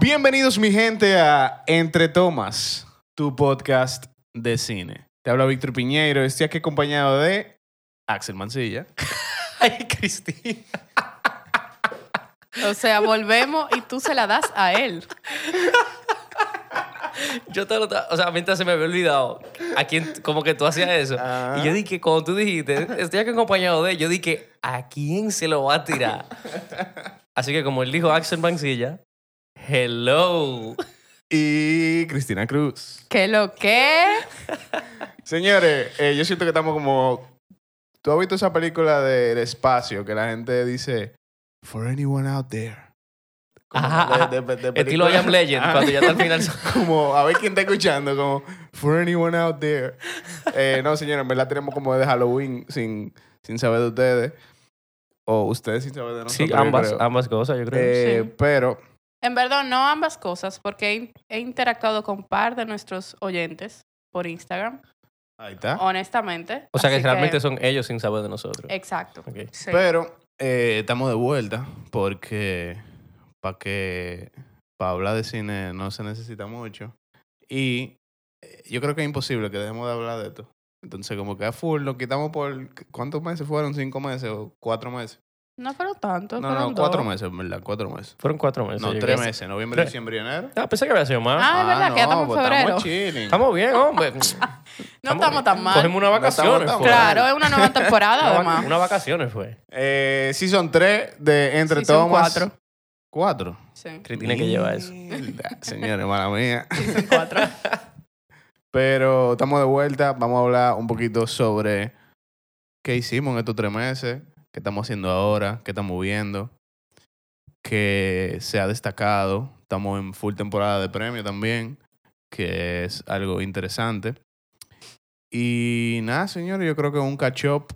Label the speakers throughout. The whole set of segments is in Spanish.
Speaker 1: Bienvenidos, mi gente, a Entre Tomas, tu podcast de cine. Te habla Víctor Piñeiro, estoy aquí acompañado de Axel Mancilla.
Speaker 2: Ay, Cristina.
Speaker 3: O sea, volvemos y tú se la das a él.
Speaker 2: Yo te lo ta- O sea, mientras se me había olvidado a quién, como que tú hacías eso.
Speaker 1: Ah.
Speaker 2: Y yo dije, cuando tú dijiste, estoy aquí acompañado de, yo dije, ¿a quién se lo va a tirar? Así que como él dijo Axel Mancilla, hello.
Speaker 1: Y Cristina Cruz.
Speaker 3: ¿Qué lo que?
Speaker 1: Señores, eh, yo siento que estamos como... ¿Tú has visto esa película del espacio que la gente dice, for anyone out there? Como
Speaker 2: Ajá,
Speaker 1: de- de- de
Speaker 2: Estilo I
Speaker 1: película.
Speaker 2: am Legend,
Speaker 1: Ajá.
Speaker 2: cuando ya está al final.
Speaker 1: como a ver quién está escuchando, como for anyone out there. Eh, no, señores, en verdad tenemos como de Halloween sin, sin saber de ustedes. O ustedes sin saber de
Speaker 2: Sí,
Speaker 1: nosotros. yo
Speaker 2: ambas,
Speaker 1: creo.
Speaker 2: ambas cosas, yo creo.
Speaker 1: Eh,
Speaker 3: sí.
Speaker 1: Pero,
Speaker 3: En verdad, no ambas cosas, porque he- he interactuado con un par de nuestros oyentes por Instagram,
Speaker 1: ahí está.
Speaker 3: Oh, honestamente.
Speaker 2: Ah. o sea, que
Speaker 3: Así Eh,
Speaker 2: realmente son ellos sin saber de nosotros.
Speaker 3: Exacto.
Speaker 2: Ok.
Speaker 3: Sí.
Speaker 1: Pero eh, estamos de vuelta porque para que para hablar de cine no se necesita mucho. Y eh, yo creo que es imposible que dejemos de hablar de esto. Entonces, como que a full, lo quitamos por... ¿Cuántos meses fueron? ¿Cinco meses o cuatro meses?
Speaker 3: No fueron tanto,
Speaker 1: No,
Speaker 3: fueron
Speaker 1: no, cuatro
Speaker 3: dos.
Speaker 1: meses, en verdad, cuatro meses.
Speaker 2: Fueron cuatro meses.
Speaker 1: No,
Speaker 2: yo
Speaker 1: tres
Speaker 2: creo.
Speaker 1: meses, noviembre,
Speaker 2: Tres.
Speaker 1: diciembre y enero.
Speaker 2: Ah, pensé que había sido más.
Speaker 3: Ah, es verdad, que ya estamos en
Speaker 1: pues,
Speaker 3: febrero.
Speaker 1: Estamos chilling.
Speaker 2: Estamos bien, hombre.
Speaker 3: No estamos tan mal.
Speaker 2: Cogimos unas
Speaker 1: No estamos
Speaker 2: vacaciones.
Speaker 1: tan
Speaker 2: fue.
Speaker 1: mal.
Speaker 3: Claro, es una nueva temporada,
Speaker 2: Una,
Speaker 3: además.
Speaker 2: vaca- unas vacaciones fue.
Speaker 1: Eh, season 3 de Entre
Speaker 3: Season
Speaker 1: Tomas.
Speaker 3: cuatro.
Speaker 1: ¿Cuatro?
Speaker 3: Sí,
Speaker 2: Cristina que lleva eso.
Speaker 1: Mierda, Señores, mala mía.
Speaker 3: son cuatro.
Speaker 1: Pero estamos de vuelta. Vamos a hablar un poquito sobre qué hicimos en estos tres meses, qué estamos haciendo ahora, qué estamos viendo, qué se ha destacado. Estamos en full temporada de premio también, que es algo interesante. Y nada, señores, yo creo que un catch-up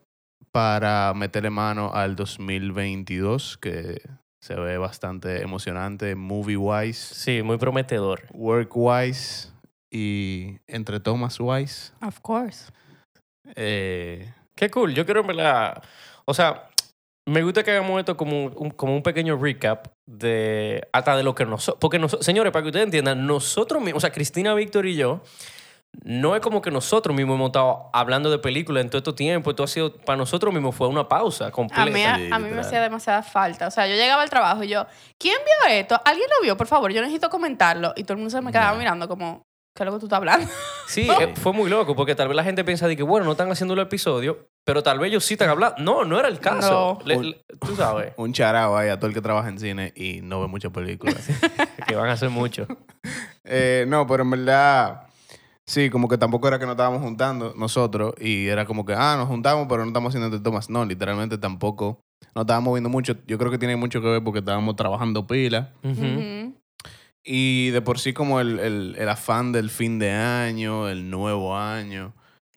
Speaker 1: para meterle mano al 2022, que se ve bastante emocionante, movie-wise,
Speaker 2: Sí, muy prometedor.
Speaker 1: work-wise y entre tomas-wise.
Speaker 3: Of course.
Speaker 1: Eh,
Speaker 2: Qué cool. Yo quiero en verdad. O sea, me gusta que hagamos esto como un, como un pequeño recap de hasta de lo que nosotros. Porque nosotros, señores, para que ustedes entiendan, nosotros mismos, o sea, Cristina, Víctor y yo, no es como que nosotros mismos hemos estado hablando de películas en todo este tiempo. Esto ha sido, para nosotros mismos fue una pausa
Speaker 3: A
Speaker 2: completa.
Speaker 3: mí, a, a mí me
Speaker 2: literal.
Speaker 3: hacía demasiada falta. O sea, yo llegaba al trabajo y yo, ¿quién vio esto? ¿Alguien lo vio? Por favor, yo necesito comentarlo. Y todo el mundo se me quedaba
Speaker 1: Ya.
Speaker 3: mirando como, ¿qué es lo que tú estás hablando?
Speaker 2: Sí, eh, fue muy loco porque tal vez la gente piensa de que, bueno, no están haciendo el episodio, pero tal vez ellos sí están hablando. No, no era el caso.
Speaker 3: No.
Speaker 2: Le- le- tú sabes
Speaker 1: un charao ahí a todo el que trabaja en cine y no ve muchas películas.
Speaker 2: que van a hacer mucho.
Speaker 1: Eh, no, pero en verdad, sí, como que tampoco era que nos estábamos juntando nosotros y era como que, ah, nos juntamos, pero no estamos haciendo entre tomas. No, literalmente tampoco. No estábamos viendo mucho. Yo creo que tiene mucho que ver porque estábamos trabajando pila.
Speaker 2: Ujú.
Speaker 3: Ujú.
Speaker 1: Y de por sí como el, el, el afán del fin de año, el nuevo año.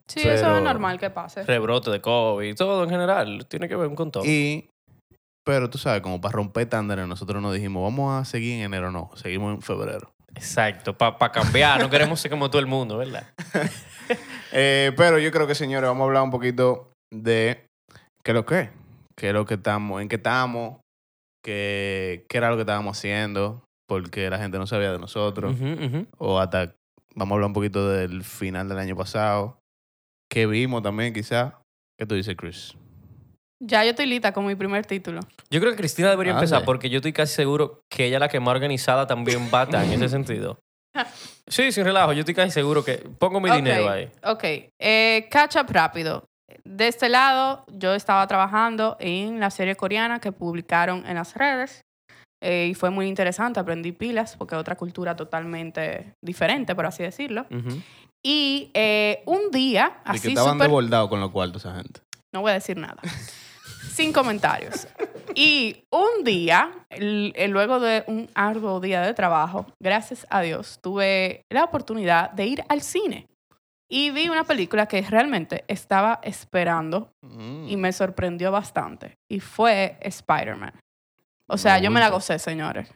Speaker 3: Sí,
Speaker 1: Pero-
Speaker 3: eso es normal que pase.
Speaker 2: Rebrote de COVID, todo en general. Tiene que ver con todo.
Speaker 1: Y, pero tú sabes, como para romper estándares, nosotros nos dijimos, vamos a seguir en enero, no, seguimos en febrero.
Speaker 2: Exacto, para cambiar. No queremos ser como todo el mundo, ¿verdad?
Speaker 1: Eh, pero yo creo que, señores, vamos a hablar un poquito de qué es lo que, qué es lo que estamos, en qué estamos, qué, qué era lo que estábamos haciendo, porque la gente no sabía de nosotros,
Speaker 2: Ujú, ujú.
Speaker 1: o hasta, vamos a hablar un poquito del final del año pasado, qué vimos también quizás. ¿Qué tú dices, Chris?
Speaker 3: Ya yo estoy lista con mi primer título.
Speaker 2: Yo creo que Cristina debería
Speaker 1: Ah,
Speaker 2: empezar
Speaker 1: sí.
Speaker 2: porque yo estoy casi seguro que ella es la que más organizada también bata en ese sentido. Sí, sin relajo. Yo estoy casi seguro que pongo mi
Speaker 3: Ok,
Speaker 2: dinero ahí.
Speaker 3: Ok, eh, catch up rápido. De este lado, yo estaba trabajando en la serie coreana que publicaron en las redes eh, y fue muy interesante, aprendí pilas porque es otra cultura totalmente diferente, por así decirlo.
Speaker 2: Ujú.
Speaker 3: Y eh, un día,
Speaker 1: De que
Speaker 3: así
Speaker 1: estaban
Speaker 3: súper...
Speaker 1: desbordados con los cuartos esa gente.
Speaker 3: No voy a decir nada. Sin comentarios. Y un día, l- eh, luego de un arduo día de trabajo, gracias a Dios, tuve la oportunidad de ir al cine. Y vi una película que realmente estaba esperando
Speaker 1: Mm.
Speaker 3: y me sorprendió bastante. Y fue Spider-Man. O sea,
Speaker 1: No,
Speaker 3: yo me la
Speaker 1: bulto.
Speaker 3: gocé, señores.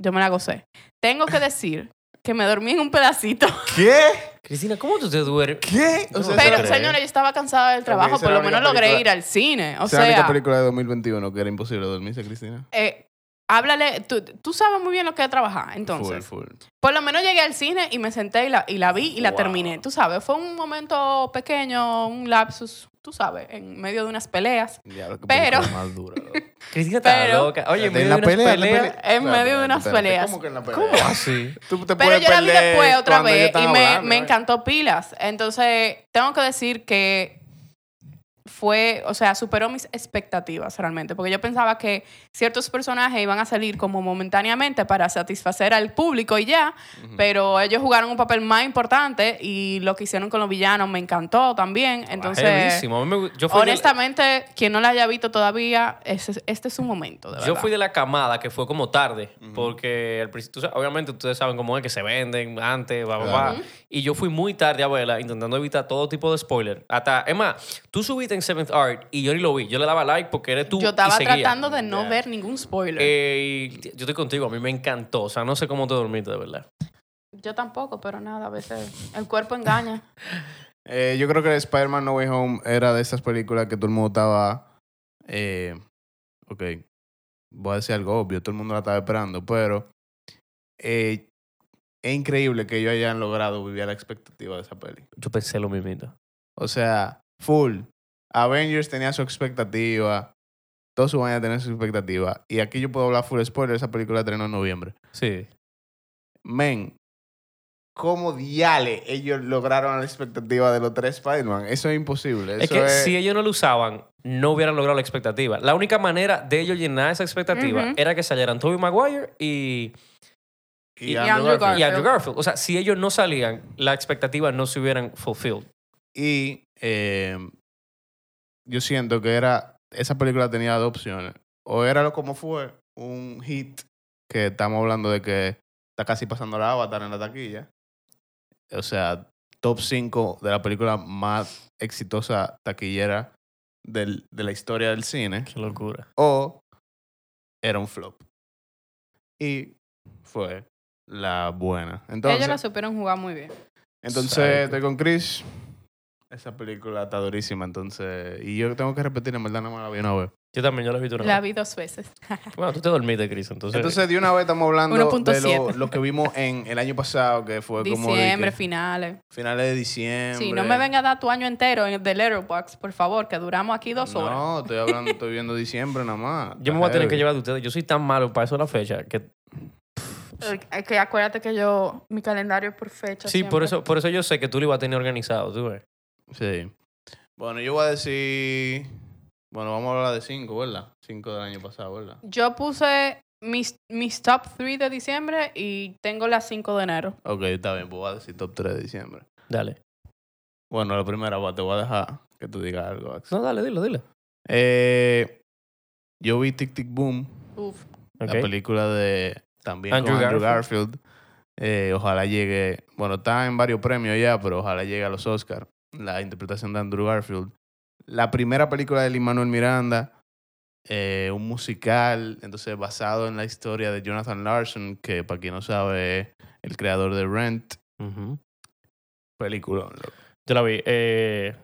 Speaker 3: Yo me la gocé. Tengo que decir que me dormí en un pedacito.
Speaker 1: ¿Qué?
Speaker 2: Cristina, ¿cómo tú te duermes?
Speaker 1: ¿Qué?
Speaker 2: O sea,
Speaker 3: Pero,
Speaker 2: logré.
Speaker 3: señores, yo estaba cansada del trabajo.
Speaker 1: esa
Speaker 3: Por
Speaker 1: era
Speaker 3: lo
Speaker 1: la única
Speaker 3: menos logré
Speaker 1: película-
Speaker 3: ir al cine.
Speaker 1: Esa
Speaker 3: O
Speaker 1: es la única
Speaker 3: sea,
Speaker 1: película de 2021 que era imposible dormirse, Cristina.
Speaker 3: Eh, háblale, tú, tú sabes muy bien lo que es trabajar, entonces.
Speaker 1: full, full.
Speaker 3: Por lo menos llegué al cine y me senté y la, y la vi y la
Speaker 2: Wow.
Speaker 3: terminé. Tú sabes, fue un momento pequeño, un lapsus, tú sabes, en medio de unas peleas.
Speaker 1: Diablo, qué
Speaker 3: Pero-
Speaker 1: película más dura.
Speaker 2: Cristina está
Speaker 3: Pero-
Speaker 2: loca. Oye, en
Speaker 1: Espérate,
Speaker 2: medio de unas
Speaker 1: en la
Speaker 2: peleas-
Speaker 1: pelea.
Speaker 3: en medio de unas
Speaker 1: espérate,
Speaker 3: peleas.
Speaker 1: ¿Cómo que en la pelea?
Speaker 2: ¿Cómo así?
Speaker 1: Tú te
Speaker 3: Pero
Speaker 1: puedes
Speaker 3: yo la vi
Speaker 1: perder
Speaker 3: después otra
Speaker 1: cuando ellos
Speaker 3: vez
Speaker 1: están
Speaker 3: y me,
Speaker 1: hablando,
Speaker 3: me
Speaker 1: ¿eh?
Speaker 3: encantó pilas. Entonces, tengo que decir que fue, o sea, superó mis expectativas realmente, porque yo pensaba que ciertos personajes iban a salir como momentáneamente para satisfacer al público y ya,
Speaker 1: Ujú.
Speaker 3: pero ellos jugaron un papel más importante y lo que hicieron con los villanos me encantó también. Entonces,
Speaker 2: Heavísimo. A mí me gu- yo fui de la-
Speaker 3: honestamente, quien no la haya visto todavía, ese es- este es su momento, de verdad.
Speaker 2: Yo fui de la camada que fue como tarde,
Speaker 1: Ujú.
Speaker 2: porque al principio, tú sa- obviamente ustedes saben cómo es que se venden antes, bla, bla,
Speaker 1: Claro.
Speaker 2: bla. Y yo fui muy tarde, abuela, intentando evitar todo tipo de spoiler. Hasta, es más, tú subiste en Seventh Art y yo ni lo vi. Yo le daba like porque eres tú.
Speaker 3: Yo estaba
Speaker 2: y seguía.
Speaker 3: tratando de no
Speaker 1: Ya.
Speaker 3: ver ningún spoiler.
Speaker 2: Eh, y t- yo estoy contigo, a mí me encantó. O sea, no sé cómo te dormiste, de verdad.
Speaker 3: Yo tampoco, pero nada, a veces el cuerpo engaña.
Speaker 1: Eh, yo creo que Spider-Man No Way Home era de esas películas que todo el mundo estaba. eh, ok. Voy a decir algo obvio, todo el mundo la estaba esperando, pero. eh, es increíble que ellos hayan logrado vivir a la expectativa de esa peli.
Speaker 2: Yo pensé lo mismito.
Speaker 1: O sea, full. Avengers tenía su expectativa. Todos sus años tenían su expectativa. Y aquí yo puedo hablar full spoiler. Esa película estrenó en noviembre.
Speaker 2: Sí.
Speaker 1: Men, ¿cómo diale ellos lograron la expectativa de los tres Spider-Man? Eso es imposible.
Speaker 2: es
Speaker 1: Eso
Speaker 2: que
Speaker 1: es-
Speaker 2: si ellos no lo usaban, no hubieran logrado la expectativa. La única manera de ellos llenar esa expectativa
Speaker 3: Ujú.
Speaker 2: era que salieran Tobey Maguire y,
Speaker 1: Y,
Speaker 3: Y
Speaker 1: Andrew
Speaker 3: Andrew
Speaker 1: Garfield.
Speaker 2: y Andrew Garfield. O sea, si ellos no salían, la expectativa no se hubieran fulfilled.
Speaker 1: Y eh, yo siento que era. Esa película tenía dos opciones. O era lo como fue, un hit, que estamos hablando de que está casi pasando la avatar en la taquilla. O sea, top 5 de la película más exitosa taquillera del- de la historia del cine.
Speaker 2: Qué locura.
Speaker 1: o era un flop. Y fue la buena. Entonces,
Speaker 3: Ellos la supieron jugar muy bien.
Speaker 1: entonces
Speaker 2: Exacto.
Speaker 1: estoy con Chris. Esa película está durísima, entonces. Y yo tengo que repetir, en verdad, no me la vi una vez.
Speaker 2: Yo también, yo la vi de una
Speaker 3: La
Speaker 2: vez.
Speaker 3: vi dos veces.
Speaker 2: Bueno, tú te dormiste, Chris, entonces...
Speaker 1: Entonces, de una vez estamos hablando de lo,
Speaker 3: 1.7.
Speaker 1: lo que vimos en el año pasado, que fue como. de
Speaker 3: Diciembre,
Speaker 1: que
Speaker 3: finales.
Speaker 1: finales de diciembre.
Speaker 3: Sí, no me venga a dar tu año entero en el de Letterboxd, por favor, que duramos aquí dos horas.
Speaker 1: No, estoy hablando, estoy viendo diciembre nada más.
Speaker 2: yo me voy a tener que llevar de ustedes. Yo soy tan malo para eso de la fecha que...
Speaker 3: Eh, Es que acuérdate que yo, mi calendario es por fecha.
Speaker 2: Sí, por
Speaker 3: siempre.
Speaker 2: eso, por eso yo sé que tú lo ibas a tener organizado, tú ves.
Speaker 1: Sí. Bueno, yo voy a decir. Bueno, vamos a hablar de 5, ¿verdad? 5 del año pasado, ¿verdad?
Speaker 3: Yo puse mis, mis top 3 de diciembre y tengo las 5 de enero.
Speaker 1: Ok, está bien, pues voy a decir top 3 de diciembre.
Speaker 2: Dale.
Speaker 1: Bueno, la primera, va, te voy a dejar que tú digas algo, Axel.
Speaker 2: No, dale, dilo, dilo.
Speaker 1: Eh, yo vi Tic Tic Boom,
Speaker 3: Uf.
Speaker 1: la
Speaker 2: Ok.
Speaker 1: película de también
Speaker 2: Andrew
Speaker 1: con Andrew Garfield. Eh, ojalá llegue, bueno, está en varios premios ya, pero ojalá llegue a los Oscars. La interpretación de Andrew Garfield. La primera película de Lin-Manuel Miranda, eh, un musical, entonces basado en la historia de Jonathan Larson, que para quien no sabe es el creador de Rent.
Speaker 2: Ujú.
Speaker 1: Película.
Speaker 2: Yo la vi. Eh,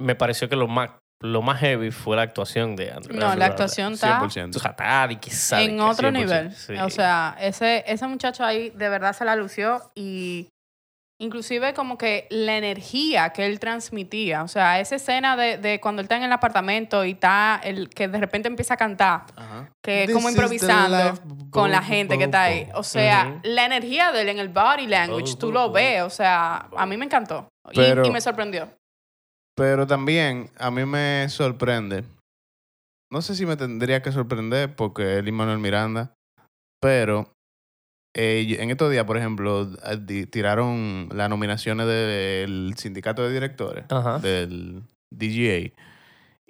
Speaker 2: me pareció que lo más, lo más heavy fue la actuación de Andrew.
Speaker 3: No, la
Speaker 2: Garfield.
Speaker 3: actuación está
Speaker 1: 100%.
Speaker 2: O sea, tal y que sabe
Speaker 3: en
Speaker 2: que
Speaker 3: otro
Speaker 2: 100%,
Speaker 3: nivel.
Speaker 2: sí.
Speaker 3: O sea, ese, ese muchacho ahí de verdad se la lució y inclusive como que la energía que él transmitía. O sea, esa escena de, de cuando él está en el apartamento y está el que de repente empieza a cantar,
Speaker 1: Ajá.
Speaker 3: que
Speaker 1: This
Speaker 3: como
Speaker 1: is the
Speaker 3: improvisando
Speaker 1: life, bo-
Speaker 3: con la gente que está ahí.
Speaker 1: bo-
Speaker 3: O sea,
Speaker 2: Ujú.
Speaker 3: la energía de él en el body language,
Speaker 2: Bo-
Speaker 3: tú
Speaker 2: bo-
Speaker 3: lo
Speaker 2: bo-
Speaker 3: ves. O sea, a mí me encantó. Y-
Speaker 1: Pero-
Speaker 3: y, me sorprendió.
Speaker 1: Pero también a mí me sorprende. No sé si me tendría que sorprender porque es Manuel Miranda, pero eh, y- en estos días, por ejemplo, eh, di- tiraron las nominaciones del sindicato de directores,
Speaker 2: Ajá.
Speaker 1: del DGA,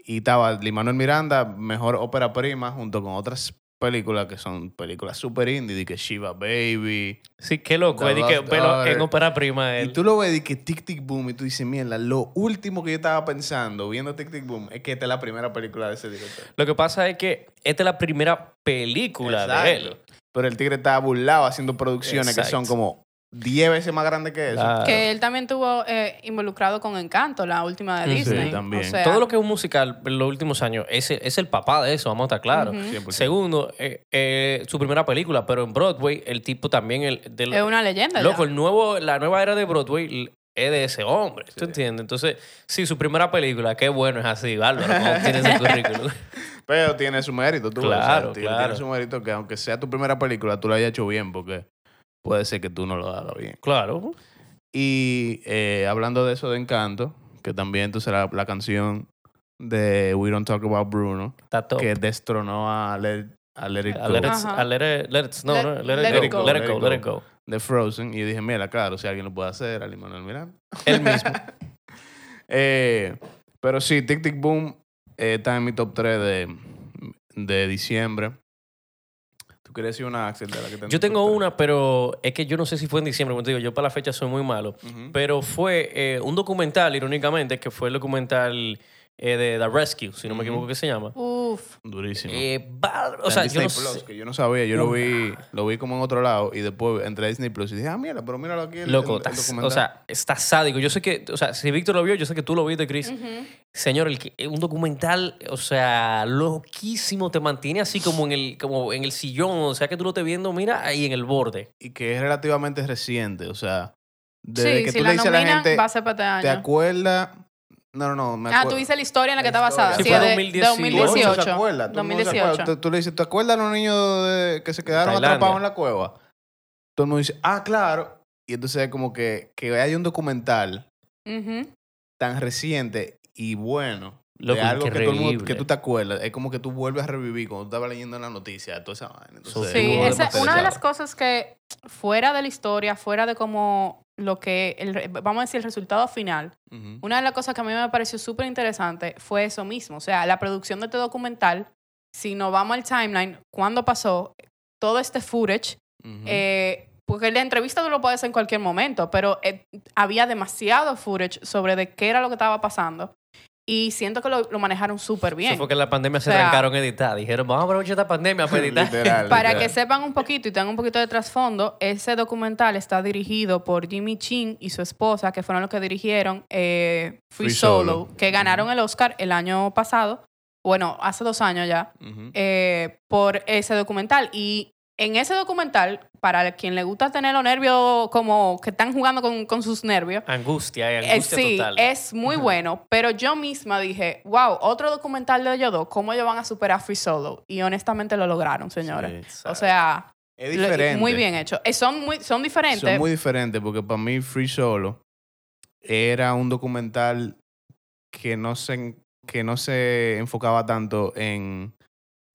Speaker 1: y estaba Manuel Miranda, mejor ópera prima, junto con otras películas que son películas super indie, de que Shiva Baby,
Speaker 2: sí, qué loco.
Speaker 1: The
Speaker 2: eh, di que,
Speaker 1: Lost
Speaker 2: pero
Speaker 1: Daughter.
Speaker 2: en ópera prima él.
Speaker 1: Y tú lo ves y que Tic Tic Boom y tú dices, mierda, lo último que yo estaba pensando viendo Tic Tic Boom es que esta es la primera película de ese director.
Speaker 2: Lo que pasa es que esta es la primera película de él.
Speaker 1: Exacto. Pero el tigre estaba burlado haciendo producciones que son
Speaker 2: Exacto.
Speaker 1: como 10 veces más grande que eso.
Speaker 2: Claro.
Speaker 3: Que él también tuvo eh, involucrado con Encanto, la última de
Speaker 1: Sí,
Speaker 3: Disney.
Speaker 1: también.
Speaker 3: O sea,
Speaker 2: Todo lo que es un musical en los últimos años es, es el papá de eso, vamos a estar claros.
Speaker 3: Ujú.
Speaker 1: 100%.
Speaker 2: Segundo, eh, eh, su primera película, pero en Broadway el tipo también... El, del,
Speaker 3: es una leyenda. ya.
Speaker 2: Loco, el nuevo, la nueva era de Broadway l- es de ese hombre, ¿tú entiendes? Entonces, sí, su primera película, qué bueno es así, bárbaro, ¿cómo tiene ese currículum?
Speaker 1: Pero tiene su mérito, tú.
Speaker 2: Claro,
Speaker 1: o sea, tiene-
Speaker 2: claro.
Speaker 1: Tiene su mérito que aunque sea tu primera película, tú la hayas hecho bien porque puede ser que tú no lo hagas bien.
Speaker 2: Claro.
Speaker 1: Y eh, hablando de eso de Encanto, que también entonces la, la canción de We Don't Talk About Bruno,
Speaker 2: Está top.
Speaker 1: que destronó a Let, a Let It
Speaker 2: A
Speaker 1: Go
Speaker 2: let, it,
Speaker 3: Ajá.
Speaker 2: a let it- let it snow,
Speaker 3: Let-
Speaker 2: ¿no? Let it,
Speaker 3: let
Speaker 2: go,
Speaker 3: it go.
Speaker 2: Let it go, let it go.
Speaker 1: de Frozen. Y yo dije, mira, claro, si alguien lo puede hacer, Ali Manuel Miranda.
Speaker 2: Él mismo.
Speaker 1: Eh, pero sí, Tic Tic Boom eh, está en mi top 3 de, de diciembre. ¿Tú quieres decir una, Axel, de la que está en
Speaker 2: Yo
Speaker 1: tu
Speaker 2: tengo
Speaker 1: top
Speaker 2: una, pero es que yo no sé si fue en diciembre, como te digo, yo para la fecha soy muy malo.
Speaker 1: tres? Ujú.
Speaker 2: Pero fue eh, un documental, irónicamente, que fue el documental eh, de The Rescue, si no me
Speaker 1: Ujú.
Speaker 2: equivoco que se llama.
Speaker 3: Uf.
Speaker 1: Durísimo.
Speaker 2: Eh, bar- o
Speaker 1: Está
Speaker 2: sea,
Speaker 1: en
Speaker 2: yo no
Speaker 1: Disney Plus,
Speaker 2: sé-
Speaker 1: que yo no sabía, yo lo
Speaker 2: Una.
Speaker 1: vi, lo vi como en otro lado y después entré a Disney Plus y dije, ah, mira, pero míralo aquí. el- el-
Speaker 2: Loco,
Speaker 1: el
Speaker 2: estás- o
Speaker 1: documental.
Speaker 2: sea, está sádico. Yo sé que, o sea, si Víctor lo vio, yo sé que tú lo viste, Chris.
Speaker 3: Ujú.
Speaker 2: Señor, el que- eh, un documental, o sea, loquísimo, te mantiene así como en el, como en el sillón, o sea, que tú lo estés viendo, mira, ahí en el borde.
Speaker 1: y que es relativamente reciente, o sea, desde
Speaker 3: Sí,
Speaker 1: que
Speaker 3: si
Speaker 1: tú
Speaker 3: la
Speaker 1: le dices a la
Speaker 3: nominan,
Speaker 1: gente,
Speaker 3: va a ser para
Speaker 1: ¿te
Speaker 3: este año.
Speaker 1: acuerdas? No, no, no, me
Speaker 3: Ah,
Speaker 1: acuerdo.
Speaker 3: tú dices la historia en la que
Speaker 1: La
Speaker 3: está basada.
Speaker 1: historia.
Speaker 3: Sí,
Speaker 1: Sí, fue
Speaker 3: de-
Speaker 2: 2018.
Speaker 1: Todo el mundo se
Speaker 3: 2018.
Speaker 1: acuerda, todo el mundo se acuerda.
Speaker 3: 2018.
Speaker 1: Tú, tú le dices, ¿te acuerdas los niños de- que se quedaron
Speaker 2: Tailandia.
Speaker 1: atrapados en la cueva? Todo el mundo dice, ah, claro. Y entonces es como que, que haya un documental
Speaker 3: Ujú.
Speaker 1: tan reciente y bueno
Speaker 2: Loco,
Speaker 1: de algo que, todo el mundo-
Speaker 2: increíble.
Speaker 1: que tú te acuerdas. Es como que tú vuelves a revivir cuando tú estabas leyendo la noticia, toda esa vaina. Entonces,
Speaker 2: Sí,
Speaker 3: Sí,
Speaker 2: Estuvo
Speaker 3: esa-
Speaker 2: demasiado.
Speaker 3: una de las cosas que fuera de la historia, fuera de como lo que, el- vamos a decir, el resultado final,
Speaker 1: Ujú.
Speaker 3: una de las cosas que a mí me pareció súper interesante fue eso mismo. O sea, la producción de este documental, si nos vamos al timeline, cuando pasó todo este footage,
Speaker 1: Ujú.
Speaker 3: eh, porque la entrevista tú lo puedes hacer en cualquier momento, pero eh, había demasiado footage sobre de qué era lo que estaba pasando. Y siento que lo, lo manejaron súper bien.
Speaker 2: Eso fue que en la pandemia se
Speaker 3: O sea-
Speaker 2: trancaron a editar. Dijeron, vamos a aprovechar esta pandemia para editar.
Speaker 1: Literal,
Speaker 3: Para
Speaker 1: literal.
Speaker 3: que sepan un poquito y tengan un poquito de trasfondo, ese documental está dirigido por Jimmy Chin y su esposa, que fueron los que dirigieron eh, Free,
Speaker 1: Free
Speaker 3: Solo,
Speaker 1: Solo.
Speaker 3: que ganaron el Oscar el año pasado, bueno, hace dos años ya,
Speaker 1: Ujú.
Speaker 3: eh, por ese documental. Y en ese documental, para quien le gusta tener los nervios como que están jugando con, con sus nervios,
Speaker 2: angustia, eh,
Speaker 3: eh,
Speaker 2: angustia
Speaker 3: sí,
Speaker 2: total.
Speaker 3: es muy bueno, pero yo misma dije, wow, otro documental de ellos dos, ¿cómo ellos van a superar Free Solo? Y honestamente lo lograron, señores. O sea,
Speaker 1: es
Speaker 3: lo-
Speaker 1: diferente.
Speaker 3: Muy bien hecho. Eh, son, muy, son diferentes.
Speaker 1: Son muy diferentes porque para mí Free Solo era un documental que no se, en- que no se enfocaba tanto en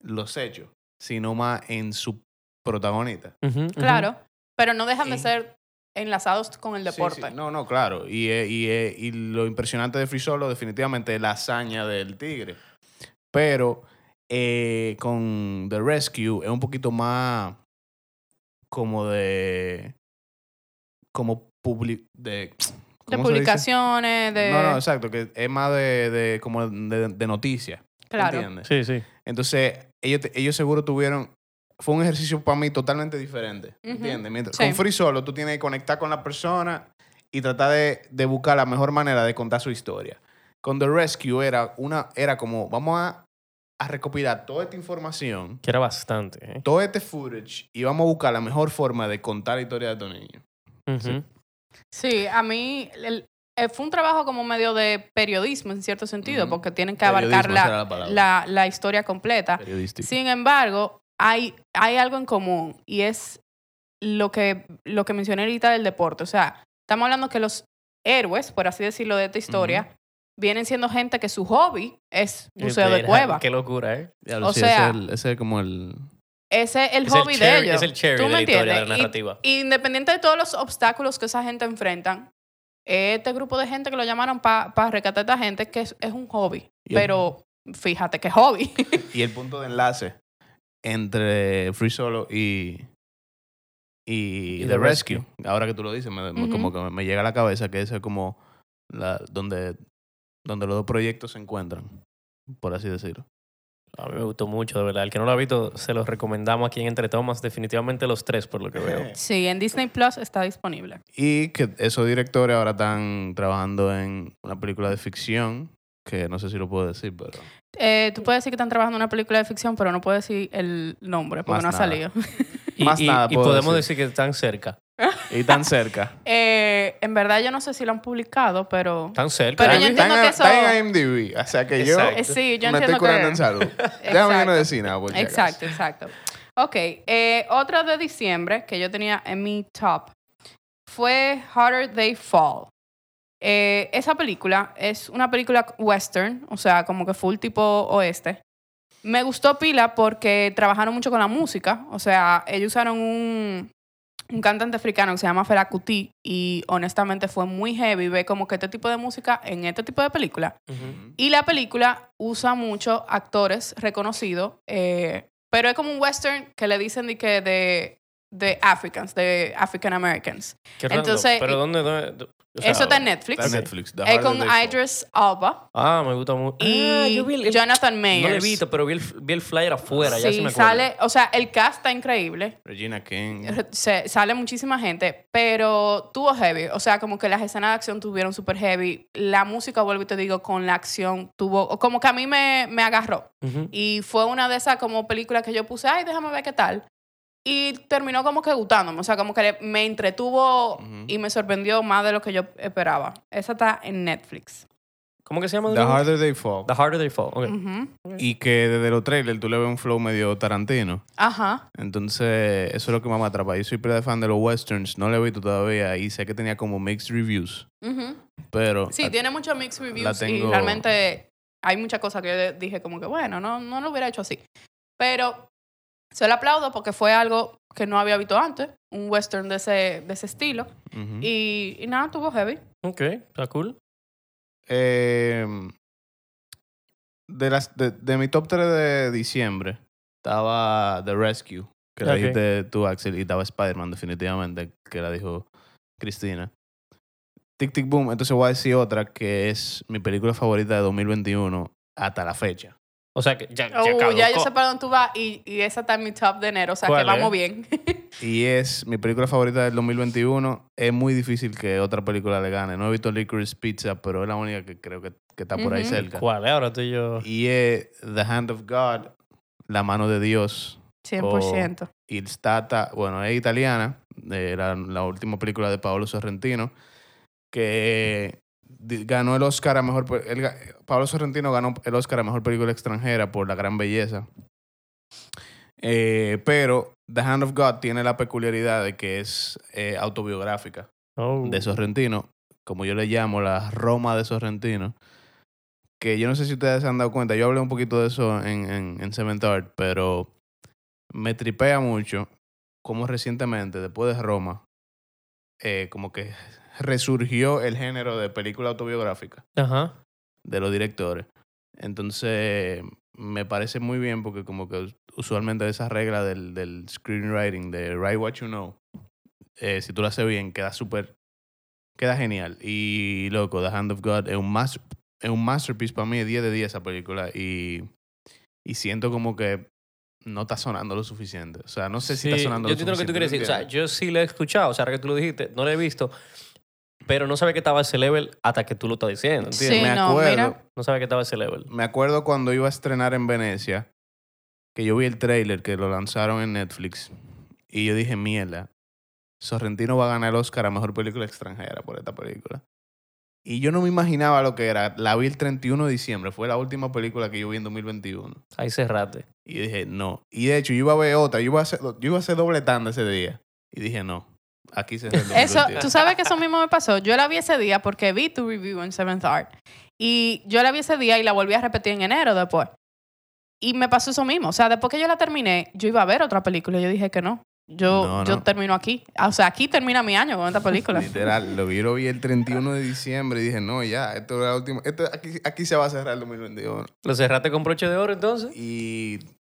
Speaker 1: los hechos, sino más en su protagonista.
Speaker 2: Ujú, ujú.
Speaker 3: claro, pero no dejan de
Speaker 1: Sí.
Speaker 3: ser enlazados con el
Speaker 1: Sí,
Speaker 3: deporte.
Speaker 1: sí. No, no, claro. Y, eh, y, eh, y lo impresionante de Free Solo definitivamente es la hazaña del tigre. Pero eh, con The Rescue es un poquito más como de... como public... de,
Speaker 3: De
Speaker 1: ¿cómo se dice?
Speaker 3: publicaciones, de...
Speaker 1: No, no, exacto, que es más de, de como de, de noticias.
Speaker 3: claro.
Speaker 1: ¿entiendes?
Speaker 2: Sí, sí.
Speaker 1: Entonces, ellos, te- ellos seguro tuvieron... Fue un ejercicio para mí totalmente diferente.
Speaker 3: Ujú.
Speaker 1: ¿Entiendes? Mientras-
Speaker 3: Sí.
Speaker 1: Con Free Solo tú tienes que conectar con la persona y tratar de, de buscar la mejor manera de contar su historia. Con The Rescue era, una, era como, vamos a, a recopilar toda esta información,
Speaker 2: Que era bastante. ¿eh?
Speaker 1: todo este footage y vamos a buscar la mejor forma de contar la historia de tu niño.
Speaker 2: Ujú.
Speaker 1: Sí.
Speaker 3: Sí, a mí el- eh, fue un trabajo como medio de periodismo en cierto sentido,
Speaker 1: Ujú.
Speaker 3: porque tienen que
Speaker 1: Periodismo
Speaker 3: abarcar
Speaker 1: será
Speaker 3: la,
Speaker 1: la palabra.
Speaker 3: la- la historia completa.
Speaker 1: Periodístico.
Speaker 3: Sin embargo, hay, hay algo en común y es lo que, lo que mencioné ahorita del deporte. O sea, estamos hablando que los héroes, por así decirlo, de esta historia, vienen siendo gente que su hobby es buceo de
Speaker 2: Espera,
Speaker 3: cueva.
Speaker 2: Qué locura, ¿eh?
Speaker 1: Diablo,
Speaker 3: o
Speaker 1: sí, ese
Speaker 3: sea-
Speaker 1: es, el- ese es como el...
Speaker 3: Ese es el
Speaker 2: Es el
Speaker 3: hobby de
Speaker 2: cherry-
Speaker 3: ellos.
Speaker 2: es el cherry
Speaker 3: ¿Tú
Speaker 2: de
Speaker 3: me
Speaker 2: la historia, de la
Speaker 3: entiendes? Y-
Speaker 2: narrativa.
Speaker 3: independiente de todos los obstáculos que esa gente enfrentan, este grupo de gente que lo llamaron para rescatar a esta gente, que es, es un hobby.
Speaker 1: Y el-
Speaker 3: Pero fíjate que hobby.
Speaker 1: Y el punto de enlace entre Free Solo y, y,
Speaker 2: Y
Speaker 1: The,
Speaker 2: The
Speaker 1: Rescue. Ahora que tú lo dices, me- me-
Speaker 3: Ujú.
Speaker 1: como que me llega a la cabeza que eso es como la, donde, donde los dos proyectos se encuentran, por así decirlo.
Speaker 2: A mí me gustó mucho, de verdad. El que no lo ha visto, se los recomendamos aquí en Entre Tomas. Definitivamente los tres, por lo que veo.
Speaker 3: Sí, en Disney Plus está disponible.
Speaker 1: Y que esos directores ahora están trabajando en una película de ficción, que no sé si lo puedo decir, pero...
Speaker 3: Eh, tú puedes decir que están trabajando en una película de ficción, pero no puedes decir el nombre
Speaker 1: Más
Speaker 3: porque no ha
Speaker 1: nada.
Speaker 3: salido.
Speaker 2: Y,
Speaker 1: Más
Speaker 2: y-
Speaker 1: nada
Speaker 2: y
Speaker 1: puedo
Speaker 2: podemos
Speaker 1: decir.
Speaker 2: decir que están cerca.
Speaker 1: Y tan cerca.
Speaker 3: Eh, en verdad yo no sé si lo han publicado, pero...
Speaker 2: Están cerca. ¿eh?
Speaker 3: Pero
Speaker 1: Están-
Speaker 3: yo entiendo
Speaker 1: están-
Speaker 3: que eso-
Speaker 1: Están en IMDb, o sea que yo
Speaker 2: Exacto.
Speaker 3: Eh, sí, yo
Speaker 1: me
Speaker 3: entiendo
Speaker 1: estoy curando
Speaker 3: que...
Speaker 1: en salud. Déjame que no
Speaker 3: Exacto.
Speaker 1: decir nada, por si acaso.
Speaker 3: Exacto, exacto. Ok, eh, otra de diciembre que yo tenía en mi top fue Harder They Fall. Eh, esa película es una película western, o sea, como que full tipo oeste. Me gustó pila porque trabajaron mucho con la música, o sea, ellos usaron un, un cantante africano que se llama Fela Kuti y honestamente fue muy heavy ver como que este tipo de música en este tipo de película.
Speaker 2: Ujú.
Speaker 3: Y la película usa mucho actores reconocidos, eh, pero es como un western que le dicen de que de, de Africans, de African Americans.
Speaker 2: Qué random.
Speaker 3: Entonces,
Speaker 2: Pero ¿dónde? dónde- o sea,
Speaker 3: Eso está en Netflix.
Speaker 1: Está en
Speaker 2: Sí.
Speaker 1: Netflix. The
Speaker 3: Es
Speaker 1: Harder
Speaker 3: Eh, con
Speaker 1: They Fall.
Speaker 3: Idris Alba
Speaker 2: Ah, me gusta mucho. Ah,
Speaker 3: y
Speaker 2: yo vi el- el- No
Speaker 3: Jonathan
Speaker 2: lo he
Speaker 3: Mayers.
Speaker 2: visto, pero vi el, vi el flyer afuera. ya se
Speaker 3: sí,
Speaker 2: me acuerdo.
Speaker 3: sale, o sea, el cast está increíble.
Speaker 1: Regina King.
Speaker 3: Se- sale muchísima gente, pero tuvo heavy. O sea, como que las escenas de acción tuvieron super heavy. La música, vuelvo y te digo, con la acción tuvo, como que a mí me, me agarró.
Speaker 2: Ujú.
Speaker 3: Y fue una de esas como películas que yo puse, ay, déjame ver qué tal. Y terminó como que gustándome, o sea, como que le- me entretuvo
Speaker 1: Ujú.
Speaker 3: y me sorprendió más de lo que yo esperaba. Esa está en Netflix.
Speaker 2: ¿Cómo que se llama?
Speaker 1: The Harder They Fall.
Speaker 2: The Harder They Fall. ok.
Speaker 3: Ujú.
Speaker 1: Y que desde los trailers tú le ves un flow medio tarantino.
Speaker 3: Ajá.
Speaker 1: Entonces, eso es lo que más me atrapa. Yo soy pre fan de los westerns, no lo he visto todavía y sé que tenía como mixed reviews,
Speaker 3: Ujú.
Speaker 1: pero
Speaker 3: Sí,
Speaker 1: la-
Speaker 3: tiene muchos mixed reviews
Speaker 1: tengo-
Speaker 3: y realmente hay muchas cosas que yo de- dije como que, bueno, no, no lo hubiera hecho así. Pero se lo aplaudo porque fue algo que no había visto antes, un western de ese, de ese estilo.
Speaker 1: Ujú.
Speaker 3: Y, y nada, tuvo heavy.
Speaker 2: Ok, está cool.
Speaker 1: Eh, de, las, de, de mi top 3 de diciembre estaba The Rescue, que la
Speaker 2: Ok.
Speaker 1: dijiste tú, Axel, y estaba Spider-Man, definitivamente, que la dijo Cristina. Tic Tic Boom, entonces voy a decir otra que es mi película favorita de 2021 hasta la fecha.
Speaker 2: O sea que ya, ya
Speaker 3: Uh, ya yo
Speaker 2: caducó.
Speaker 3: sé para dónde tú vas y, y esa está en mi top de enero, o sea que
Speaker 2: ¿Cuál es?
Speaker 3: vamos bien.
Speaker 1: Y es mi película favorita del 2021. Es muy difícil que otra película le gane. No he visto Licorice Pizza, pero es la única que creo que, que está por ahí
Speaker 3: Ujú.
Speaker 1: cerca.
Speaker 2: ¿Cuál? eh? Ahora tú y yo.
Speaker 1: Y es The Hand of God, La Mano de Dios.
Speaker 3: 100%.
Speaker 1: Y está, ta- bueno, es italiana, de la, la última película de Paolo Sorrentino, que di- ganó el Oscar a mejor... pe- el ga- Paolo Sorrentino ganó el Oscar a mejor película extranjera por La Gran Belleza. Eh, pero The Hand of God tiene la peculiaridad de que es eh, autobiográfica
Speaker 2: Oh.
Speaker 1: de Sorrentino, como yo le llamo, la Roma de Sorrentino, que yo no sé si ustedes se han dado cuenta, yo hablé un poquito de eso en, en, en Cement Art, pero me tripea mucho como recientemente, después de Roma, eh, como que resurgió el género de película autobiográfica
Speaker 2: Ajá.
Speaker 1: de los directores. Entonces, me parece muy bien porque como que us- usualmente esa regla del, del screenwriting, de write what you know, eh, si tú lo haces bien, queda súper, queda genial. Y loco, The Hand of God es un, mas- es un masterpiece para mí, es 10 de 10 esa película. Y, y siento como que no está sonando lo suficiente. O sea, no sé si
Speaker 2: Sí,
Speaker 1: está sonando
Speaker 2: yo
Speaker 1: lo
Speaker 2: entiendo lo que
Speaker 1: suficiente.
Speaker 2: tú quieres decir. O sea,
Speaker 1: ¿entiendes?
Speaker 2: yo sí lo he escuchado. O sea, ahora que tú lo dijiste, no lo he visto. Pero no sabía que estaba a ese level hasta que tú lo estás diciendo. ¿entiendes?
Speaker 3: Sí,
Speaker 1: me
Speaker 3: no,
Speaker 1: acuerdo.
Speaker 3: mira.
Speaker 2: No sabía que estaba a ese level.
Speaker 1: Me acuerdo cuando iba a estrenar en Venecia, que yo vi el tráiler que lo lanzaron en Netflix y yo dije, mierda, Sorrentino va a ganar el Oscar a Mejor Película Extranjera por esta película. Y yo no me imaginaba lo que era. La vi el 31 de diciembre, fue la última película que yo vi en 2021.
Speaker 2: Ahí cerrate.
Speaker 1: Y dije, no. Y de hecho, yo iba a ver otra, yo iba a hacer, yo iba a hacer doble tanda ese día. Y dije, no, aquí se cerró el
Speaker 3: Eso,
Speaker 1: 2021.
Speaker 3: tú sabes que eso mismo me pasó. Yo la vi ese día porque vi tu review en Seventh Art. Y yo la vi ese día y la volví a repetir en enero después. Y me pasó eso mismo. O sea, después que yo la terminé, yo iba a ver otra película. y Yo dije que no. Yo,
Speaker 1: No,
Speaker 3: yo
Speaker 1: no.
Speaker 3: termino aquí. O sea, aquí termina mi año con esta película.
Speaker 1: Literal, lo vi, lo vi el 31 de diciembre y dije, no, ya, esto era la última. esto- aquí, aquí se va a cerrar el 2021.
Speaker 2: ¿Lo cerraste con broche de oro entonces?
Speaker 1: y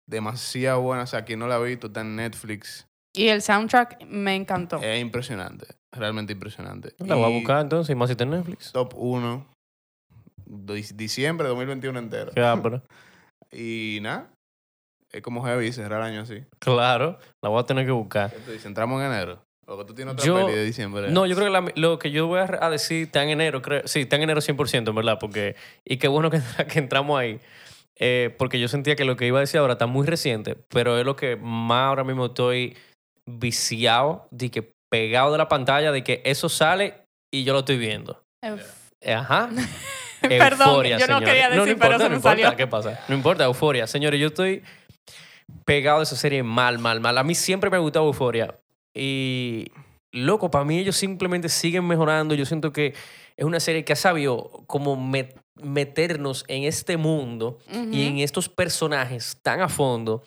Speaker 1: demasiado buena. O sea, quien no la ha visto está en Netflix.
Speaker 3: Y el soundtrack me encantó.
Speaker 2: Eh,
Speaker 1: Es impresionante, realmente impresionante.
Speaker 2: La voy a
Speaker 1: Y
Speaker 2: buscar entonces, y más si está en Netflix.
Speaker 1: Top 1, diciembre de 2021 entero.
Speaker 2: Qué ápero.
Speaker 1: Y nada. Es como heavy cerrar el año así.
Speaker 2: Claro, la voy a tener que buscar.
Speaker 1: ¿Qué tú dices? Entramos en enero. O que tú tienes otra
Speaker 2: Yo-
Speaker 1: peli de diciembre.
Speaker 2: No, yo creo que la- lo que yo voy a, re- a decir está en enero, creo. Sí, está en enero 100%, en verdad, porque... Y qué bueno que, que entramos ahí. Eh, porque yo sentía que lo que iba a decir ahora está muy reciente, pero es lo que más ahora mismo estoy viciado, de que pegado de la pantalla, de que eso sale y yo lo estoy viendo.
Speaker 3: Euf.
Speaker 2: Ajá.
Speaker 3: Eh, Perdón,
Speaker 2: Euforia,
Speaker 3: yo no
Speaker 2: señores.
Speaker 3: quería decir, pero se
Speaker 2: no
Speaker 3: me
Speaker 2: importa,
Speaker 3: salió.
Speaker 2: ¿Qué pasa? No importa, Euforia. Señores, yo estoy pegado de esa serie mal, mal, mal. A mí siempre me ha gustado Euforia. Y, loco, para mí ellos simplemente siguen mejorando. Yo siento que es una serie que ha sabido como me- meternos en este mundo
Speaker 3: Ujú.
Speaker 2: y en estos personajes tan a fondo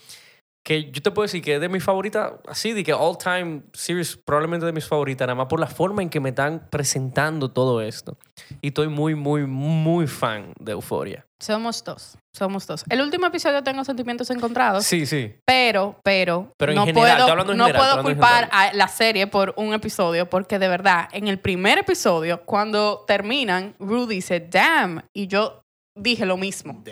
Speaker 2: que yo te puedo decir que es de mis favoritas, así de que all time series probablemente de mis favoritas, nada más por la forma en que me están presentando todo esto. Y estoy muy, muy, muy fan de Euforia.
Speaker 3: Somos dos. Somos dos. El último episodio tengo sentimientos encontrados.
Speaker 2: Sí, sí.
Speaker 3: Pero, pero,
Speaker 2: Pero en
Speaker 3: no
Speaker 2: general, estoy
Speaker 3: puedo,
Speaker 2: hablando en
Speaker 3: no
Speaker 2: general,
Speaker 3: puedo
Speaker 2: estoy hablando en
Speaker 3: culpar a la serie por un episodio, porque de verdad, en el primer episodio, cuando terminan, Rue dice, damn, y yo dije lo mismo.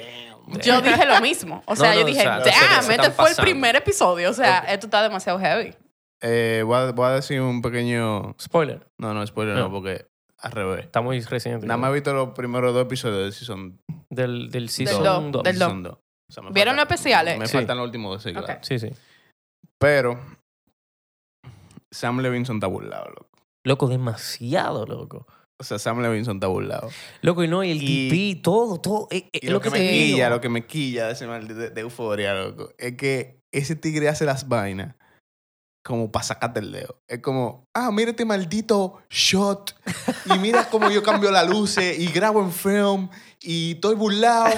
Speaker 3: Yo dije lo mismo. O sea,
Speaker 2: No, no,
Speaker 3: yo dije,
Speaker 2: o sea,
Speaker 1: se- se
Speaker 3: damn, este
Speaker 2: están
Speaker 3: fue el
Speaker 2: pasando".
Speaker 3: primer episodio. O sea,
Speaker 2: Ok.
Speaker 3: esto está demasiado heavy.
Speaker 1: Eh, voy, a, voy a decir un pequeño.
Speaker 2: Spoiler.
Speaker 1: No, no, spoiler
Speaker 2: No.
Speaker 1: no, porque al revés.
Speaker 2: Está muy reciente.
Speaker 1: Nada más he visto los primeros dos episodios de Season
Speaker 2: Del, del
Speaker 3: dos,
Speaker 2: season 2.
Speaker 3: del dos.
Speaker 1: Season 2. O sea, me
Speaker 3: ¿Vieron
Speaker 1: falta-
Speaker 3: los especiales?
Speaker 1: Me
Speaker 2: Sí.
Speaker 1: faltan los últimos dos, sí,
Speaker 3: Ok.
Speaker 1: claro.
Speaker 2: Sí, sí.
Speaker 1: Pero. Sam Levinson está burlado, loco.
Speaker 2: Loco, demasiado, loco.
Speaker 1: O sea, Sam Levinson está burlado.
Speaker 2: Loco, y no, y el
Speaker 1: Y-
Speaker 2: DP, todo, todo. eh, eh,
Speaker 1: Y lo que me
Speaker 2: te digo.
Speaker 1: quilla, lo que me quilla de, ese mal- de, de euforia, loco, es que ese tigre hace las vainas como para sacarte el dedo. Es como, ah, mira este maldito shot. Y mira cómo yo cambio las luces y grabo en film y estoy burlado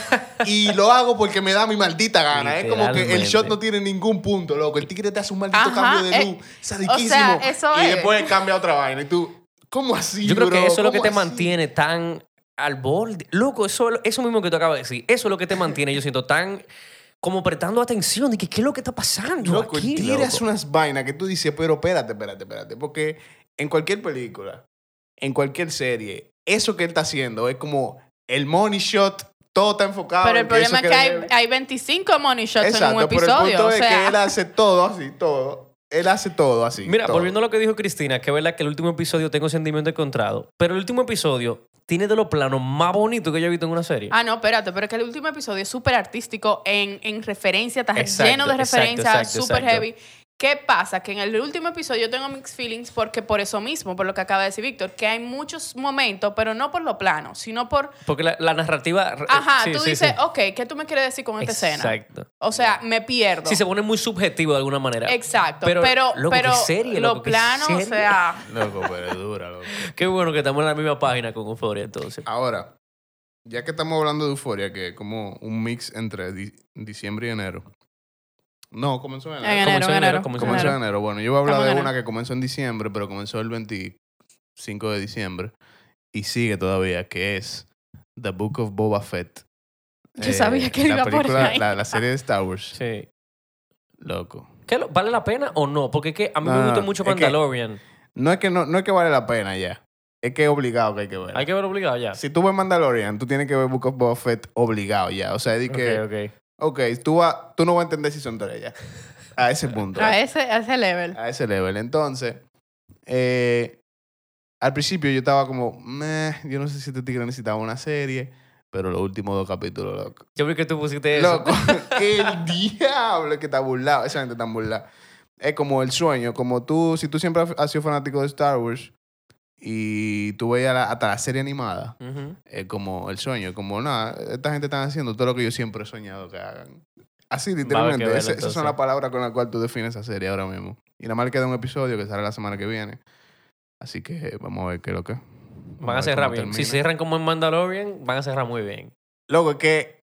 Speaker 1: y lo hago porque me da mi maldita gana. Es como que el
Speaker 2: Literalmente.
Speaker 1: shot no tiene ningún punto, loco. El tigre te hace un maldito
Speaker 3: Ajá,
Speaker 1: cambio de
Speaker 3: eh,
Speaker 1: luz.
Speaker 3: o
Speaker 1: sadiquísimo.
Speaker 3: sea, eso
Speaker 1: y
Speaker 3: es.
Speaker 1: después cambia otra vaina. Y tú, ¿cómo así,
Speaker 2: Yo creo que
Speaker 1: bro?
Speaker 2: eso es lo que
Speaker 1: ¿Cómo
Speaker 2: te
Speaker 1: así?
Speaker 2: mantiene tan al borde. Loco, eso, eso mismo que tú acabas de decir. Eso es lo que te mantiene, yo siento, tan como prestando atención de que qué es lo que está pasando.
Speaker 1: Loco,
Speaker 2: aquí,
Speaker 1: el tigre
Speaker 2: loco?
Speaker 1: hace unas vainas que tú dices, pero espérate, espérate, espérate. Porque en cualquier película, en cualquier serie, eso que él está haciendo es como el money shot, todo está enfocado.
Speaker 3: Pero
Speaker 1: en
Speaker 3: el problema es
Speaker 1: Ah, eso
Speaker 3: que hay,
Speaker 1: debe-
Speaker 3: hay 25 money shots en un
Speaker 1: Exacto, pero el
Speaker 3: episodio.
Speaker 1: punto
Speaker 3: o
Speaker 1: es que
Speaker 3: sea,
Speaker 1: él hace todo así, todo. Él hace todo así.
Speaker 2: Mira,
Speaker 1: todo.
Speaker 2: volviendo a lo que dijo Cristina, que es verdad que el último episodio tengo sentimiento encontrado, pero el último episodio tiene de los planos más bonitos que yo he visto en una serie.
Speaker 3: Ah, no, espérate, pero es que el último episodio es súper artístico en, en referencia, está
Speaker 2: Exacto,
Speaker 3: lleno de
Speaker 2: exacto,
Speaker 3: referencias,
Speaker 2: exacto,
Speaker 3: súper
Speaker 2: exacto.
Speaker 3: heavy. ¿Qué pasa? Que en el último episodio yo tengo mixed feelings porque por eso mismo, por lo que acaba de decir Víctor, que hay muchos momentos, pero no por lo plano, sino por,
Speaker 2: Porque la, la narrativa...
Speaker 3: ajá,
Speaker 2: Eh, sí,
Speaker 3: tú
Speaker 2: sí,
Speaker 3: dices,
Speaker 2: sí.
Speaker 3: ok, ¿qué tú me quieres decir con esta escena?
Speaker 2: Exacto.
Speaker 3: O sea, me pierdo.
Speaker 2: Sí, se pone muy subjetivo de alguna manera.
Speaker 3: Exacto,
Speaker 2: Pero,
Speaker 3: pero, pero,
Speaker 2: loco, qué serie,
Speaker 3: lo
Speaker 2: loco, qué
Speaker 3: plano, o
Speaker 2: serie.
Speaker 3: sea,
Speaker 1: Loco, pero es dura, loco.
Speaker 2: Qué bueno que estamos en la misma página con Euphoria, entonces.
Speaker 1: Ahora, ya que estamos hablando de euforia, que es como un mix entre di- diciembre y enero. No, comenzó en
Speaker 3: en
Speaker 1: enero.
Speaker 3: enero,
Speaker 2: Comenzó en
Speaker 3: en
Speaker 2: enero,
Speaker 3: enero.
Speaker 2: comenzó en
Speaker 1: Comenzó en enero. Bueno, yo voy a hablar
Speaker 3: Pues Estamos en
Speaker 1: de
Speaker 3: enero.
Speaker 1: una que comenzó en diciembre, pero comenzó el 25 de diciembre y sigue todavía, que es The Book of Boba Fett. Eh,
Speaker 3: Yo sabía que
Speaker 1: la
Speaker 3: iba por
Speaker 1: película-
Speaker 3: ahí.
Speaker 1: La, la serie de Star Wars.
Speaker 2: Sí.
Speaker 1: Loco.
Speaker 2: ¿Qué lo- ¿Vale la pena o no? Porque Ah, es que a mí
Speaker 1: No,
Speaker 2: me
Speaker 1: no,
Speaker 2: gustó
Speaker 1: no.
Speaker 2: mucho
Speaker 1: Es que-
Speaker 2: Mandalorian.
Speaker 1: No es, que no, no es que vale la pena ya. Es que es obligado que hay que ver.
Speaker 2: Hay que ver obligado ya.
Speaker 1: Si tú ves Mandalorian, tú tienes que ver Book of Boba Fett obligado ya. O sea, es de que,
Speaker 2: Ok, ok.
Speaker 1: ok, tú, va- tú no vas a entender si son tres ya. A ese punto.
Speaker 3: a ese, a ese level.
Speaker 2: Ah,
Speaker 1: a ese level. Entonces, eh, al principio yo estaba como, "Meh, yo no sé si este tigre necesitaba una serie, pero los últimos dos capítulos, loco.
Speaker 2: Yo vi que tú pusiste eso.
Speaker 1: Loco, el diablo que está burlado, esa gente está burlada. Es como el sueño, como tú, si tú siempre has- has sido fanático de Star Wars y tú veías la- hasta la serie animada,
Speaker 2: Ujú.
Speaker 1: es como el sueño, como nada, esta gente está haciendo todo lo que yo siempre he soñado que hagan. Así, literalmente.
Speaker 2: verlo,
Speaker 1: Ese- esas
Speaker 2: entonces.
Speaker 1: son las palabras con las cuales tú defines esa serie ahora mismo. Y nada más queda un episodio que sale la semana que viene. Así que eh, vamos a ver qué es lo que.
Speaker 2: Van a cerrar bien. Si cierran como en Mandalorian, van a cerrar muy bien.
Speaker 1: Luego, es que.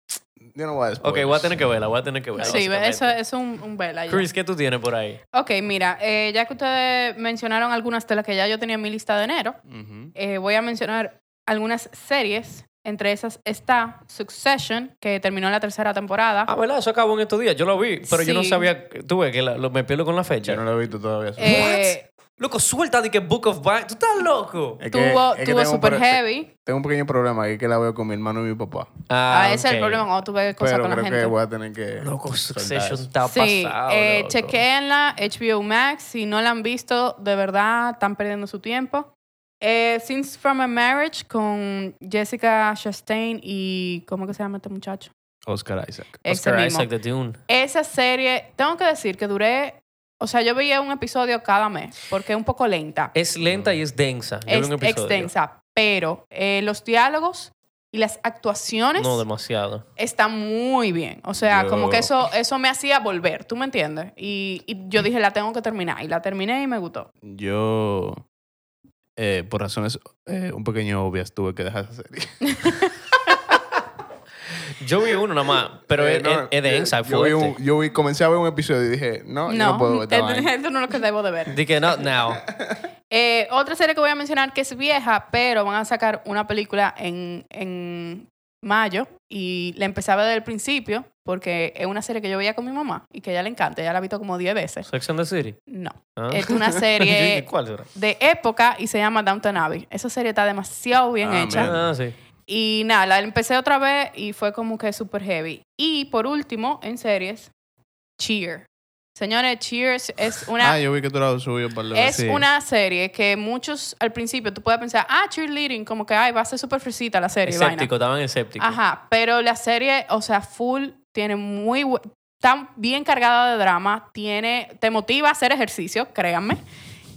Speaker 1: Yo no voy a después.
Speaker 2: Ok, voy a tener que verla, voy a tener que verla.
Speaker 3: Sí,
Speaker 2: básicamente.
Speaker 3: eso es un, un vela. ya.
Speaker 2: Chris, ¿qué tú tienes por ahí?
Speaker 3: Ok, mira, eh, ya que ustedes mencionaron algunas de las que ya yo tenía en mi lista de enero,
Speaker 1: Ujú.
Speaker 3: eh, voy a mencionar algunas series. Entre esas está Succession, que terminó la tercera temporada.
Speaker 2: Ah, ¿verdad? Eso acabó en estos días. Yo lo vi, pero yo no
Speaker 3: Sí.
Speaker 2: sabía. Tú ves que la- lo- me pierdo con la fecha.
Speaker 1: Yo no lo he visto todavía.
Speaker 3: Eh,
Speaker 2: Loco, suelta de que Book of Bind. ¿Tú estás loco?
Speaker 1: Es que-
Speaker 3: tuvo
Speaker 1: es que
Speaker 3: tuvo
Speaker 1: tengo un
Speaker 3: super
Speaker 1: pro-
Speaker 3: heavy.
Speaker 1: Tengo un pequeño problema ahí que la veo con mi hermano y mi papá.
Speaker 2: Ah,
Speaker 3: Ah, ese es el
Speaker 2: ok.
Speaker 3: problema cuando tú ves cosas
Speaker 1: Pero
Speaker 3: con la
Speaker 1: creo
Speaker 3: gente.
Speaker 1: que voy a tener que.
Speaker 2: Loco,
Speaker 1: soltar
Speaker 2: Succession
Speaker 1: eso.
Speaker 2: está
Speaker 3: Sí,
Speaker 2: pasado.
Speaker 3: eh,
Speaker 2: loco.
Speaker 3: chequéenla, HBO Max. Si no la han visto, de verdad, están perdiendo su tiempo. Eh, Scenes from a Marriage con Jessica Chastain y... ¿Cómo que se llama este muchacho?
Speaker 1: Oscar Isaac.
Speaker 3: Ese
Speaker 2: Oscar
Speaker 3: mismo.
Speaker 2: Isaac de Dune.
Speaker 3: Esa serie, tengo que decir que duré... O sea, yo veía un episodio cada mes porque es un poco lenta.
Speaker 1: Eh,
Speaker 2: Es lenta y es densa. Yo
Speaker 3: Es
Speaker 2: vi un episodio.
Speaker 3: extensa. Pero eh, los diálogos y las actuaciones
Speaker 2: No, demasiado.
Speaker 3: está muy bien. O sea,
Speaker 1: Yo-
Speaker 3: como que eso, eso me hacía volver, ¿tú me entiendes? Y, y yo dije, la tengo que terminar. Y la terminé y me gustó.
Speaker 1: Yo, eh, por razones eh, un pequeño obvias, tuve que dejar esa serie.
Speaker 2: Yo vi uno nada más, pero
Speaker 1: Eh,
Speaker 2: es,
Speaker 1: no,
Speaker 2: es- es densa, es
Speaker 1: yo vi,
Speaker 2: fuerte.
Speaker 1: un- yo vi- comencé a ver un episodio y dije, no, yo no puedo ver esta
Speaker 3: esto,
Speaker 1: vaina.
Speaker 3: esto no es lo que debo de ver.
Speaker 2: Dije, not now.
Speaker 3: Eh, otra serie que voy a mencionar que es vieja, pero van a sacar una película en, en mayo. Y la empezaba desde el principio porque es una serie que yo veía con mi mamá y que a ella le encanta. Ella la ha visto como 10 veces.
Speaker 2: Sex and the City.
Speaker 3: No.
Speaker 2: Ah.
Speaker 3: Es una
Speaker 2: Yo dije,
Speaker 3: serie
Speaker 2: ¿Cuál será?
Speaker 3: de época y se llama Downton Abbey. Esa serie está demasiado bien
Speaker 1: Ah,
Speaker 3: hecha.
Speaker 1: mira.
Speaker 2: Ah, sí.
Speaker 3: Y nada, la empecé otra vez y fue como que súper heavy. Y por último, en series, Cheer. Señores, Cheers es una,
Speaker 1: Ah, yo vi que tú la subí para la
Speaker 3: es una serie que muchos al principio tú puedes pensar, ah, cheerleading, como que ay, va a ser súper fresita la serie. y vaina".
Speaker 2: Escéptico, estaban escépticos.
Speaker 3: Ajá, pero la serie, o sea, full, tiene muy... bu- Está bien cargada de drama, tiene, te motiva a hacer ejercicio, créanme.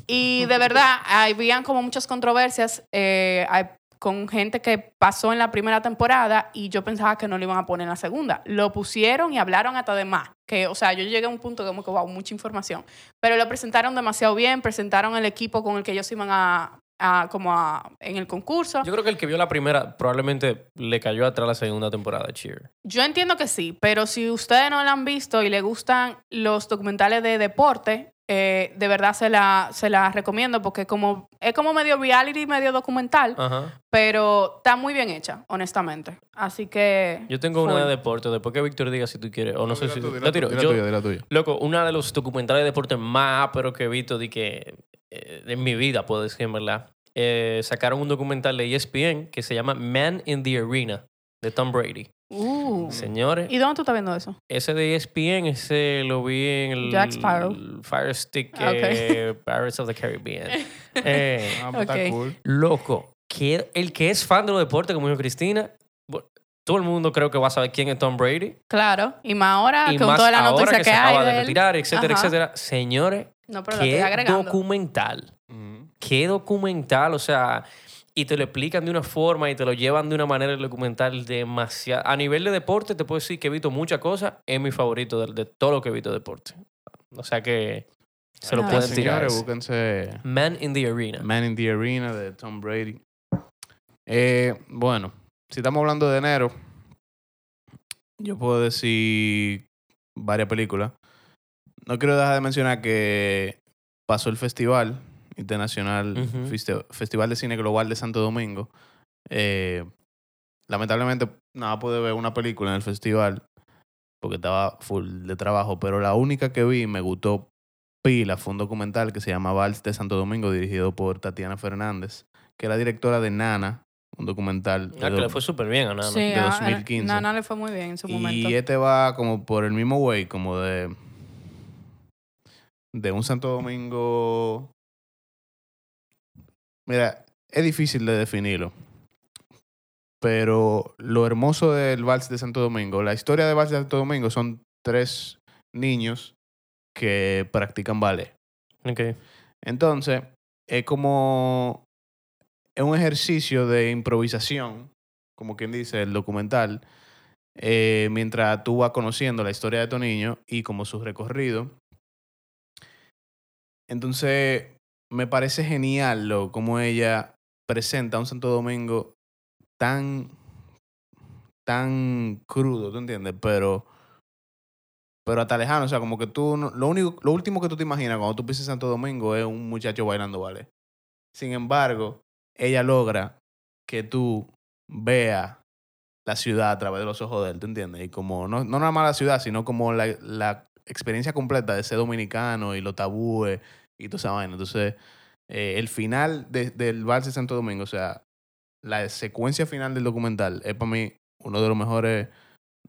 Speaker 3: Y de verdad, habían como muchas controversias eh, hay- con gente que pasó en la primera temporada y yo pensaba que no lo iban a poner en la segunda. Lo pusieron y hablaron hasta de más. Que, o sea, yo llegué a un punto como que, wow, mucha información. Pero lo presentaron demasiado bien, presentaron el equipo con el que ellos iban a, a- como a, en el concurso.
Speaker 2: Yo creo que el que vio la primera probablemente le cayó atrás la segunda temporada de Cheer.
Speaker 3: Yo entiendo que sí, pero si ustedes no la han visto y les gustan los documentales de deporte, eh, de verdad se la, se la recomiendo porque como, es como medio reality, medio documental,
Speaker 2: Ajá.
Speaker 3: pero está muy bien hecha, honestamente. Así que...
Speaker 2: Yo tengo una
Speaker 3: Full.
Speaker 2: de deporte. Después que Víctor diga si tú quieres o no sé si...
Speaker 1: Dila
Speaker 2: la
Speaker 1: tú,
Speaker 2: tiro.
Speaker 1: dila
Speaker 2: Yo-
Speaker 1: tuya, dila tuya.
Speaker 2: Loco, uno de los documentales de deporte más áperos que he visto de que eh, en mi vida, puedo decir, en verdad. Eh, sacaron un documental de E ESPN que se llama Man in the Arena de Tom Brady.
Speaker 3: Uh.
Speaker 2: Señores,
Speaker 3: ¿Y dónde tú estás viendo eso?
Speaker 2: ese de E ESPN, ese lo vi en el
Speaker 3: Jack Sparrow.
Speaker 2: el Fire Stick
Speaker 3: Ah, ok.
Speaker 2: eh, Pirates of the Caribbean. Eh,
Speaker 1: Ah, pues está
Speaker 3: Ok.
Speaker 1: cool.
Speaker 2: loco, que el que es fan de los deportes, como dijo Cristina, bu- todo el mundo creo que va a saber quién es Tom Brady.
Speaker 3: Claro, y más ahora
Speaker 2: y
Speaker 3: Ah, con
Speaker 2: más
Speaker 3: toda la
Speaker 2: ahora
Speaker 3: noticia
Speaker 2: que,
Speaker 3: que,
Speaker 2: se
Speaker 3: hay
Speaker 2: acaba de
Speaker 3: de él.
Speaker 2: retirar, etcétera,
Speaker 3: Ajá.
Speaker 2: etcétera. Señores,
Speaker 3: No, pero lo estoy
Speaker 2: qué
Speaker 3: agregando.
Speaker 2: documental.
Speaker 1: Ujú.
Speaker 2: Qué documental, o sea, y te lo explican de una forma y te lo llevan de una manera el documental demasiado. A nivel de deporte, te puedo decir que he visto muchas cosas. Es mi favorito de, de todo lo que he visto de deporte. O sea que se lo
Speaker 3: Ah,
Speaker 2: pueden tirar.
Speaker 1: Señores,
Speaker 2: ese.
Speaker 1: búsquense
Speaker 2: Man in the Arena.
Speaker 1: Man in the Arena de Tom Brady. Eh, bueno, si estamos hablando de enero, yo puedo decir varias películas. No quiero dejar de mencionar que pasó el Festival Internacional,
Speaker 2: Ujú.
Speaker 1: Fiste- Festival de Cine Global de Santo Domingo. Eh, lamentablemente, nada pude ver una película en el festival porque estaba full de trabajo, pero la única que vi y me gustó Pila fue un documental que se llama Vals de Santo Domingo, dirigido por Tatiana Fernández, que era directora de Nana, un documental. de
Speaker 2: Ah, que
Speaker 1: do-
Speaker 2: le fue súper bien a Nana.
Speaker 3: Sí,
Speaker 1: de
Speaker 3: a- a-
Speaker 1: 2015.
Speaker 3: Nana le fue muy bien en su momento.
Speaker 1: y este va como por el mismo way, como de. de un Santo Domingo. Mira, es difícil de definirlo. Pero lo hermoso del Vals de Santo Domingo, la historia de Vals de Santo Domingo son tres niños que practican ballet.
Speaker 2: Ok.
Speaker 1: Entonces, es como es un ejercicio de improvisación, como quien dice, el documental, eh, mientras tú vas conociendo la historia de tu niño y como su recorrido. Entonces, me parece genial lo como ella presenta un Santo Domingo tan tan crudo, ¿tú entiendes? Pero pero hasta lejano, o sea, como que tú no- lo único lo último que tú te imaginas cuando tú piensas en Santo Domingo es un muchacho bailando ballet. Sin embargo, ella logra que tú veas la ciudad a través de los ojos de él, ¿tú entiendes? Y como no, no nada más la ciudad, sino como la, la experiencia completa de ser dominicano y los tabúes y toda esa vaina. Entonces, eh, el final de- del Vals de Santo Domingo, o sea, la secuencia final del documental es para mí uno de los mejores,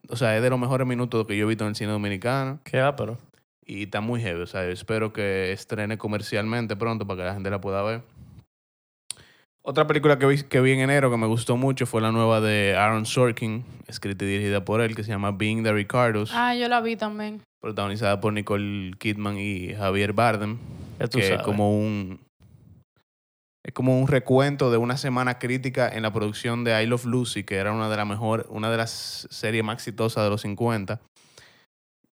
Speaker 1: o sea, es de los mejores minutos que yo he visto en el cine dominicano
Speaker 2: Qué ápero.
Speaker 1: y está muy heavy. O sea, yo espero que estrene comercialmente pronto para que la gente la pueda ver. Otra película que vi, que vi en enero que me gustó mucho fue la nueva de Aaron Sorkin, escrita y dirigida por él, que se llama Being the Ricardos,
Speaker 3: Ah, yo la vi también.
Speaker 1: protagonizada por Nicole Kidman y Javier Bardem,
Speaker 2: Ya tú
Speaker 1: que es
Speaker 2: sabes.
Speaker 1: como un es como un recuento de una semana crítica en la producción de I Love Lucy, que era una de las mejor, una de las series más exitosas de los 50.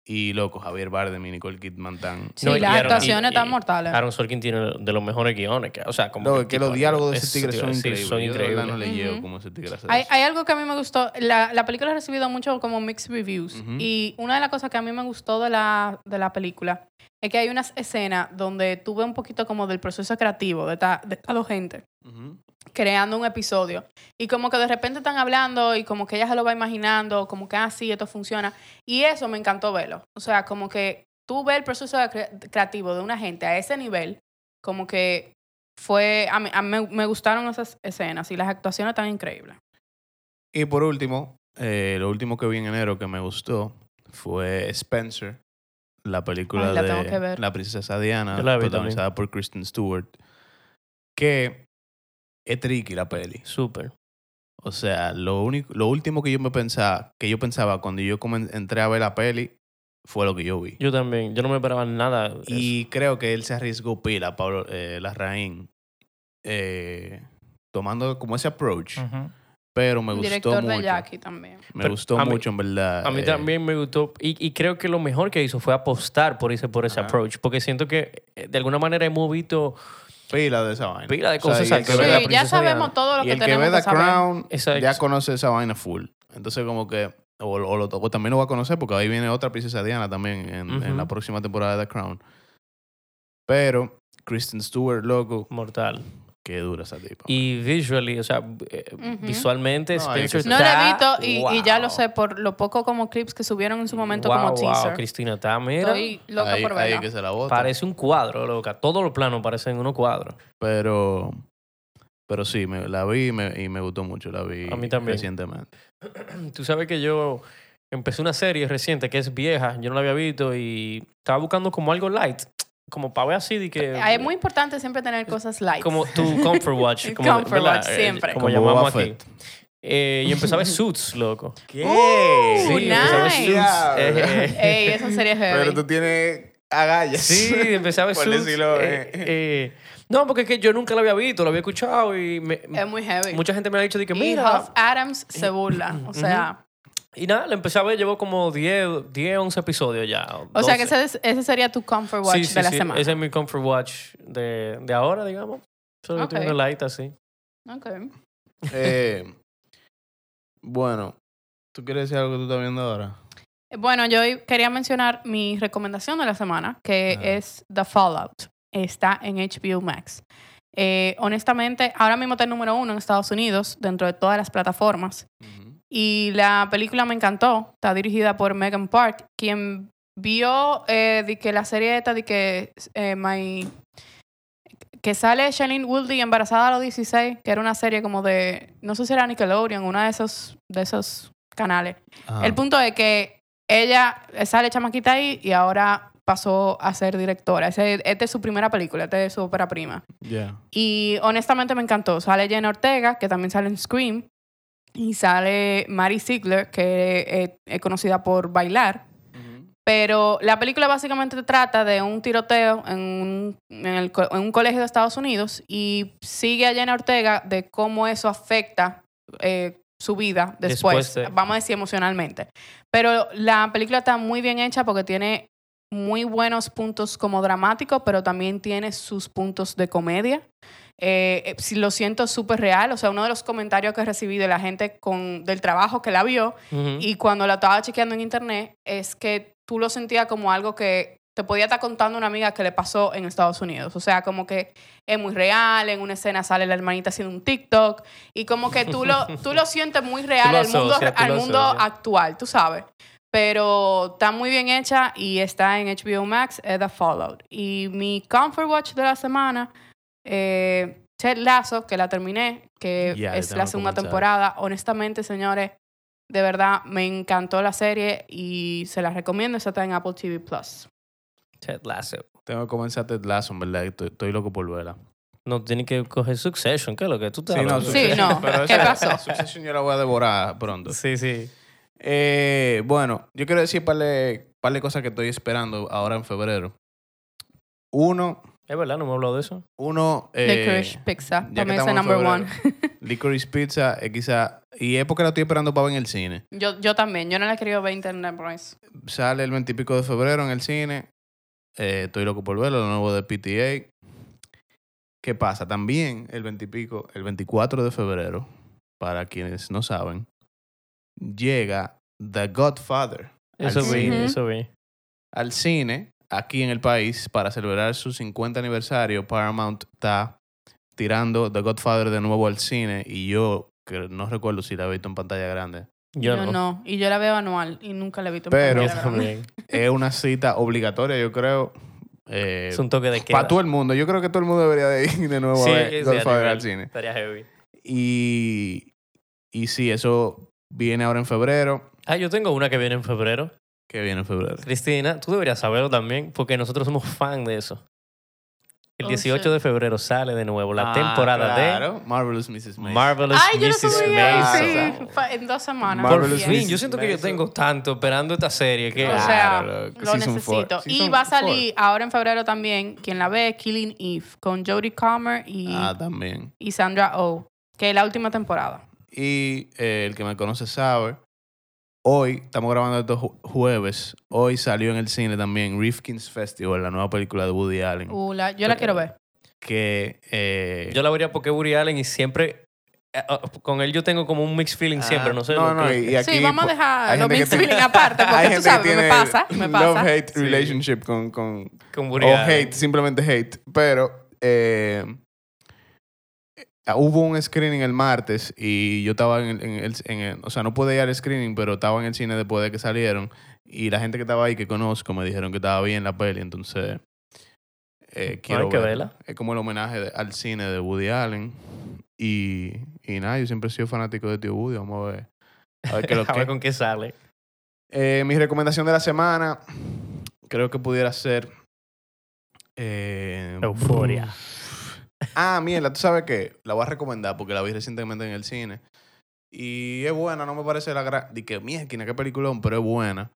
Speaker 1: Y loco, Javier Bardem y Nicole Kidman tan
Speaker 3: Sí,
Speaker 2: No, y
Speaker 3: las
Speaker 2: Aaron-
Speaker 3: actuaciones
Speaker 2: y-
Speaker 3: están
Speaker 2: y-
Speaker 3: mortales.
Speaker 2: Aaron Sorkin tiene de los mejores guiones. Que, o sea, como
Speaker 1: No,
Speaker 2: el
Speaker 1: que
Speaker 2: tipo-
Speaker 1: los diálogos de ese
Speaker 2: eso
Speaker 1: tigre
Speaker 2: te
Speaker 1: son
Speaker 2: iba a decir,
Speaker 1: increíbles.
Speaker 2: Son
Speaker 1: Yo de verdad no
Speaker 2: increíbles.
Speaker 1: le llevo
Speaker 3: Ujú.
Speaker 1: como ese tigre hace
Speaker 3: Hay,
Speaker 1: eso.
Speaker 3: hay algo que a mí me gustó. La, la película ha recibido mucho como mixed reviews.
Speaker 1: Ujú.
Speaker 3: Y una de las cosas que a mí me gustó de la, de la película es que hay unas escenas donde tuve un poquito como del proceso creativo de esta, de esta dos gente
Speaker 1: Ujú.
Speaker 3: creando un episodio. Y como que de repente están hablando y como que ella se lo va imaginando, como que así esto funciona. Y eso me encantó verlo. O sea, como que tú ves el proceso de cre- creativo de una gente a ese nivel, como que fue, a mí, a mí me- me gustaron esas escenas y las actuaciones tan increíbles.
Speaker 1: Y por último, eh, lo último que vi en enero que me gustó fue Spencer, la película
Speaker 3: Ay, Ah, la tengo que
Speaker 1: de
Speaker 3: ver.
Speaker 1: la princesa Diana,
Speaker 2: Yo la vi
Speaker 1: protagonizada por Kristen Stewart, que es tricky la peli.
Speaker 2: Súper.
Speaker 1: O sea, lo único, lo último que yo me pensaba, que yo pensaba cuando yo comen- entré a ver la peli, fue lo que yo vi.
Speaker 2: Yo también. Yo no me esperaba nada. de eso.
Speaker 1: Y creo que él se arriesgó pila, Pablo eh, Larraín, eh, tomando como ese approach. Pero me
Speaker 3: El
Speaker 1: gustó
Speaker 3: director
Speaker 1: mucho.
Speaker 3: de Jackie también.
Speaker 1: Me
Speaker 2: Mm. Pero
Speaker 1: gustó
Speaker 2: a mí-
Speaker 1: mucho, en verdad.
Speaker 2: A mí
Speaker 1: eh,
Speaker 2: también me gustó. Y, y creo que lo mejor que hizo fue apostar por ese, por ese
Speaker 1: Ajá.
Speaker 2: approach. Porque siento que eh, de alguna manera hemos visto.
Speaker 1: Pila de esa vaina.
Speaker 2: Pila de
Speaker 1: O sea,
Speaker 2: cosas
Speaker 1: y el que
Speaker 2: aquí.
Speaker 1: ve
Speaker 2: la
Speaker 1: la
Speaker 3: Sí,
Speaker 1: pri-
Speaker 3: ya
Speaker 2: princesa
Speaker 3: sabemos
Speaker 2: Diana.
Speaker 3: todo lo
Speaker 1: y
Speaker 3: que
Speaker 1: el que ve
Speaker 3: tenemos que
Speaker 1: The
Speaker 3: saber.
Speaker 1: Crown
Speaker 2: Exacto.
Speaker 1: ya conoce esa vaina full. Entonces, como que. O, lo- o lo- o también lo va a conocer porque ahí viene otra princesa Diana también en, en la
Speaker 2: Ujú.
Speaker 1: próxima temporada de The Crown. Pero, Kristen Stewart, loco,
Speaker 2: Mortal.
Speaker 1: qué dura esa tipa.
Speaker 2: Y visually, o sea, eh,
Speaker 3: Ujú.
Speaker 2: visualmente,
Speaker 1: No, hay que
Speaker 2: Spencer
Speaker 1: ser-
Speaker 3: No lo
Speaker 2: está-
Speaker 3: he visto y, y ya lo
Speaker 2: wow.
Speaker 3: sé por lo poco como clips que subieron en su momento
Speaker 2: Wow,
Speaker 3: como
Speaker 2: wow,
Speaker 3: teaser.
Speaker 2: Cristina está, mira.
Speaker 3: Estoy loca
Speaker 1: ahí,
Speaker 3: por Eh,
Speaker 1: ahí
Speaker 3: verla.
Speaker 1: que se la bota.
Speaker 2: Parece un cuadro, loca. Todos los planos parecen unos cuadros.
Speaker 1: Pero. Pero sí, me, la vi y me, y me gustó mucho. La vi
Speaker 2: A mí también.
Speaker 1: recientemente.
Speaker 2: Tú sabes que yo empecé una serie reciente que es vieja, yo no la había visto y estaba buscando como algo light, como para ver así de que...
Speaker 3: Ah, Es muy importante siempre tener cosas light.
Speaker 2: Como tu comfort watch. Como,
Speaker 3: Comfort
Speaker 2: ¿verdad?
Speaker 3: watch,
Speaker 2: Eh,
Speaker 3: siempre.
Speaker 2: Como,
Speaker 1: Como Boba
Speaker 2: llamamos aquí.
Speaker 1: Fett.
Speaker 2: Eh, yo empecé a ver Suits, loco.
Speaker 1: ¿Qué?
Speaker 3: Uh,
Speaker 2: Sí, empecé a ver
Speaker 3: nice.
Speaker 2: Suits. Eh, eh,
Speaker 3: Ey, esa serie es heavy.
Speaker 1: tienes
Speaker 3: Eh,
Speaker 1: agallas.
Speaker 2: Sí, empecé a ver
Speaker 1: Por
Speaker 2: Suits.
Speaker 1: decirlo,
Speaker 2: eh,
Speaker 1: eh.
Speaker 2: eh, no, porque es que yo nunca la había visto, la había escuchado y me-
Speaker 3: Es muy heavy.
Speaker 2: mucha gente me ha dicho de que
Speaker 3: y
Speaker 2: mira,
Speaker 3: Huff Adams se burla. O sea,
Speaker 2: Y nada, la empecé a ver, llevo como 10, 10 11 episodios ya.
Speaker 3: o sea que
Speaker 2: 12.
Speaker 3: ese, es- ese sería tu comfort watch
Speaker 2: Sí, sí,
Speaker 3: de la
Speaker 2: sí,
Speaker 3: semana.
Speaker 2: Ese es mi comfort watch de, de ahora, digamos. Solo que
Speaker 3: Ok.
Speaker 2: tengo light así.
Speaker 3: Ok.
Speaker 1: Eh, bueno, ¿tú quieres decir algo que tú estás viendo ahora?
Speaker 3: Bueno, yo hoy quería mencionar mi recomendación de la semana, que
Speaker 1: Ajá.
Speaker 3: es The Fallout. Está en HBO Max. Eh, honestamente, ahora mismo está el número uno en Estados Unidos, dentro de todas las plataformas. Y la película me encantó. Está dirigida por Megan Park, quien vio eh, de que la serie esta de que eh, my- que sale Shailene Woodley embarazada a los 16, que era una serie como de no sé si era Nickelodeon, una de esos de esos canales.
Speaker 1: Ajá.
Speaker 3: El punto es que ella sale chamaquita ahí y ahora pasó a ser directora. Ese- esta es su primera película, esta es su ópera prima.
Speaker 1: Ya.
Speaker 3: Y honestamente me encantó. Sale Jenna Ortega, que también sale en Scream. Y sale Mary Ziegler, que eh, es conocida por bailar. Pero la película básicamente trata de un tiroteo en un, en el co- en un colegio de Estados Unidos y sigue a Jenna Ortega de cómo eso afecta eh, su vida después,
Speaker 2: Después de-
Speaker 3: vamos a decir emocionalmente. Pero la película está muy bien hecha porque tiene muy buenos puntos como dramático, pero también tiene sus puntos de comedia. Eh, eh, si- lo siento súper real, o sea, uno de los comentarios que recibí de la gente con, del trabajo que la vio
Speaker 2: Ujú.
Speaker 3: y cuando la estaba chequeando en internet, es que tú lo sentías como algo que te podía estar contando una amiga que le pasó en Estados Unidos. O sea, como que es muy real, en una escena sale la hermanita haciendo un TikTok y como que tú lo, tú lo sientes muy real
Speaker 2: Tú lo
Speaker 3: al mundo,
Speaker 2: asocias, tú
Speaker 3: al
Speaker 2: lo
Speaker 3: mundo
Speaker 2: asocias.
Speaker 3: actual, tú sabes. pero está muy bien hecha y está en HBO Max, es The Fallout. Y mi comfort watch de la semana, eh, Ted Lasso, que la terminé, que
Speaker 2: Ya, yo
Speaker 3: es
Speaker 2: tengo
Speaker 3: la
Speaker 2: que
Speaker 3: segunda
Speaker 2: comenzar.
Speaker 3: temporada. Honestamente, señores, de verdad me encantó la serie y se la recomiendo. Esa está en Apple TV Plus.
Speaker 2: Ted Lasso.
Speaker 1: Tengo que comenzar Ted Lasso, en verdad. Estoy, estoy loco por verla.
Speaker 2: No, tiene que coger Succession, ¿qué es lo que tú estás hablando?
Speaker 3: Sí, Succession. no.
Speaker 1: pero
Speaker 3: ¿Qué
Speaker 1: esa-
Speaker 3: pasó?
Speaker 1: Succession yo la voy a devorar pronto.
Speaker 2: Sí, sí.
Speaker 1: Eh, bueno, yo quiero decir par de, par de cosas que estoy esperando ahora en febrero. Uno,
Speaker 2: Es verdad, no me he hablado de eso.
Speaker 1: uno... eh,
Speaker 3: Licorice Pizza,
Speaker 1: ya que
Speaker 3: también es
Speaker 1: estamos en
Speaker 3: el number
Speaker 1: febrero,
Speaker 3: one.
Speaker 1: Licorice Pizza es quizá... Y es porque la estoy esperando para ver en el cine.
Speaker 3: Yo, yo también, yo no la he querido ver internet por eso.
Speaker 1: Sale el 20 y pico de febrero en el cine. Eh, estoy loco por verlo, lo nuevo de PTA. ¿Qué pasa? También el 20 y pico, el 24 de febrero, para quienes no saben, llega The Godfather.
Speaker 2: Eso
Speaker 1: Al
Speaker 2: vi,
Speaker 3: cine.
Speaker 2: eso vi.
Speaker 1: al cine aquí en el país para celebrar su 50 aniversario. Paramount está tirando The Godfather de nuevo al cine y yo que no recuerdo si la he visto en pantalla grande.
Speaker 2: Yo no.
Speaker 3: Y yo la veo anual y nunca la he visto. en
Speaker 1: Pero-
Speaker 2: Yo
Speaker 3: pantalla grande.
Speaker 2: también.
Speaker 1: es una cita obligatoria, yo creo. Eh,
Speaker 2: Es un toque de queda.
Speaker 1: para todo el mundo. Yo creo que todo el mundo debería de ir de nuevo
Speaker 2: Sí,
Speaker 1: a ver
Speaker 2: sí, a
Speaker 1: Godfather
Speaker 2: nivel.
Speaker 1: al cine.
Speaker 2: Estaría heavy.
Speaker 1: Y, y sí, eso viene ahora en febrero.
Speaker 2: Ah, yo tengo una que viene en febrero.
Speaker 1: Que viene en febrero.
Speaker 2: Cristina, tú deberías saberlo también, porque nosotros somos fan de eso. El
Speaker 3: Oh,
Speaker 2: 18
Speaker 3: shit.
Speaker 2: de febrero sale de nuevo la
Speaker 1: Ah,
Speaker 2: temporada
Speaker 1: claro. Marvelous Mrs.
Speaker 2: de
Speaker 1: Maisel.
Speaker 2: Marvelous
Speaker 3: Ay, yo lo
Speaker 2: Mrs.
Speaker 3: subí
Speaker 1: Maisel.
Speaker 3: ahí,
Speaker 2: Maisel.
Speaker 3: sí, fa- en dos semanas.
Speaker 2: Por
Speaker 1: Marvelous
Speaker 2: fin,
Speaker 1: Mrs.
Speaker 2: yo siento que yo
Speaker 1: Maisel.
Speaker 2: tengo tanto esperando esta serie que
Speaker 3: O sea,
Speaker 1: loco.
Speaker 3: lo
Speaker 1: Season four.
Speaker 3: necesito. Y
Speaker 1: Season
Speaker 3: va a salir ahora en febrero también, quien la ve, Killing Eve, con Jodie Comer y,
Speaker 1: Ah, también.
Speaker 3: y Sandra Oh, que es la última temporada.
Speaker 1: Y eh, el que me conoce sabe. Hoy, estamos grabando esto ju- jueves. Hoy salió en el cine también Rifkin's Festival, la nueva película de Woody Allen.
Speaker 3: Uh, la- yo la
Speaker 2: Ok.
Speaker 3: quiero ver.
Speaker 1: Que. eh,
Speaker 2: yo la vería porque Woody Allen y siempre eh, oh, con él yo tengo como un mixed feeling
Speaker 1: ah,
Speaker 2: siempre, no sé.
Speaker 1: No,
Speaker 2: lo
Speaker 1: no,
Speaker 2: que-
Speaker 1: y, y aquí.
Speaker 3: sí, vamos a
Speaker 1: po- hay
Speaker 3: dejar los
Speaker 1: gente que
Speaker 3: mixed
Speaker 1: tiene-
Speaker 3: feeling aparte,
Speaker 1: hay
Speaker 3: porque tú
Speaker 1: gente que
Speaker 3: sabes, me
Speaker 1: tiene
Speaker 3: pasa, me pasa.
Speaker 1: Love-hate
Speaker 2: Sí.
Speaker 1: relationship con. con
Speaker 2: con
Speaker 1: o
Speaker 2: Woody Allen.
Speaker 1: Oh, hate, simplemente hate. Pero. eh, eh, Hubo un screening el martes y yo estaba en el, en el- en el- O sea, no pude ir al screening, pero estaba en el cine después de que salieron. Y la gente que estaba ahí que conozco me dijeron que estaba bien la peli, entonces eh, quiero
Speaker 2: Hay que
Speaker 1: verla.
Speaker 2: verla.
Speaker 1: Es como el homenaje de- al cine de Woody Allen. Y, y nada, yo siempre he sido fanático de tío Woody, vamos a ver. A ver qué es lo
Speaker 2: A ver
Speaker 1: que.
Speaker 2: con qué sale.
Speaker 1: Eh, mi recomendación de la semana creo que pudiera ser. eh,
Speaker 2: Euforia.
Speaker 1: Ah, mierda, tú sabes que la voy a recomendar porque la vi recientemente en el cine. Y es buena, no me parece la gran. Di que mierda, qué peliculón, pero es buena.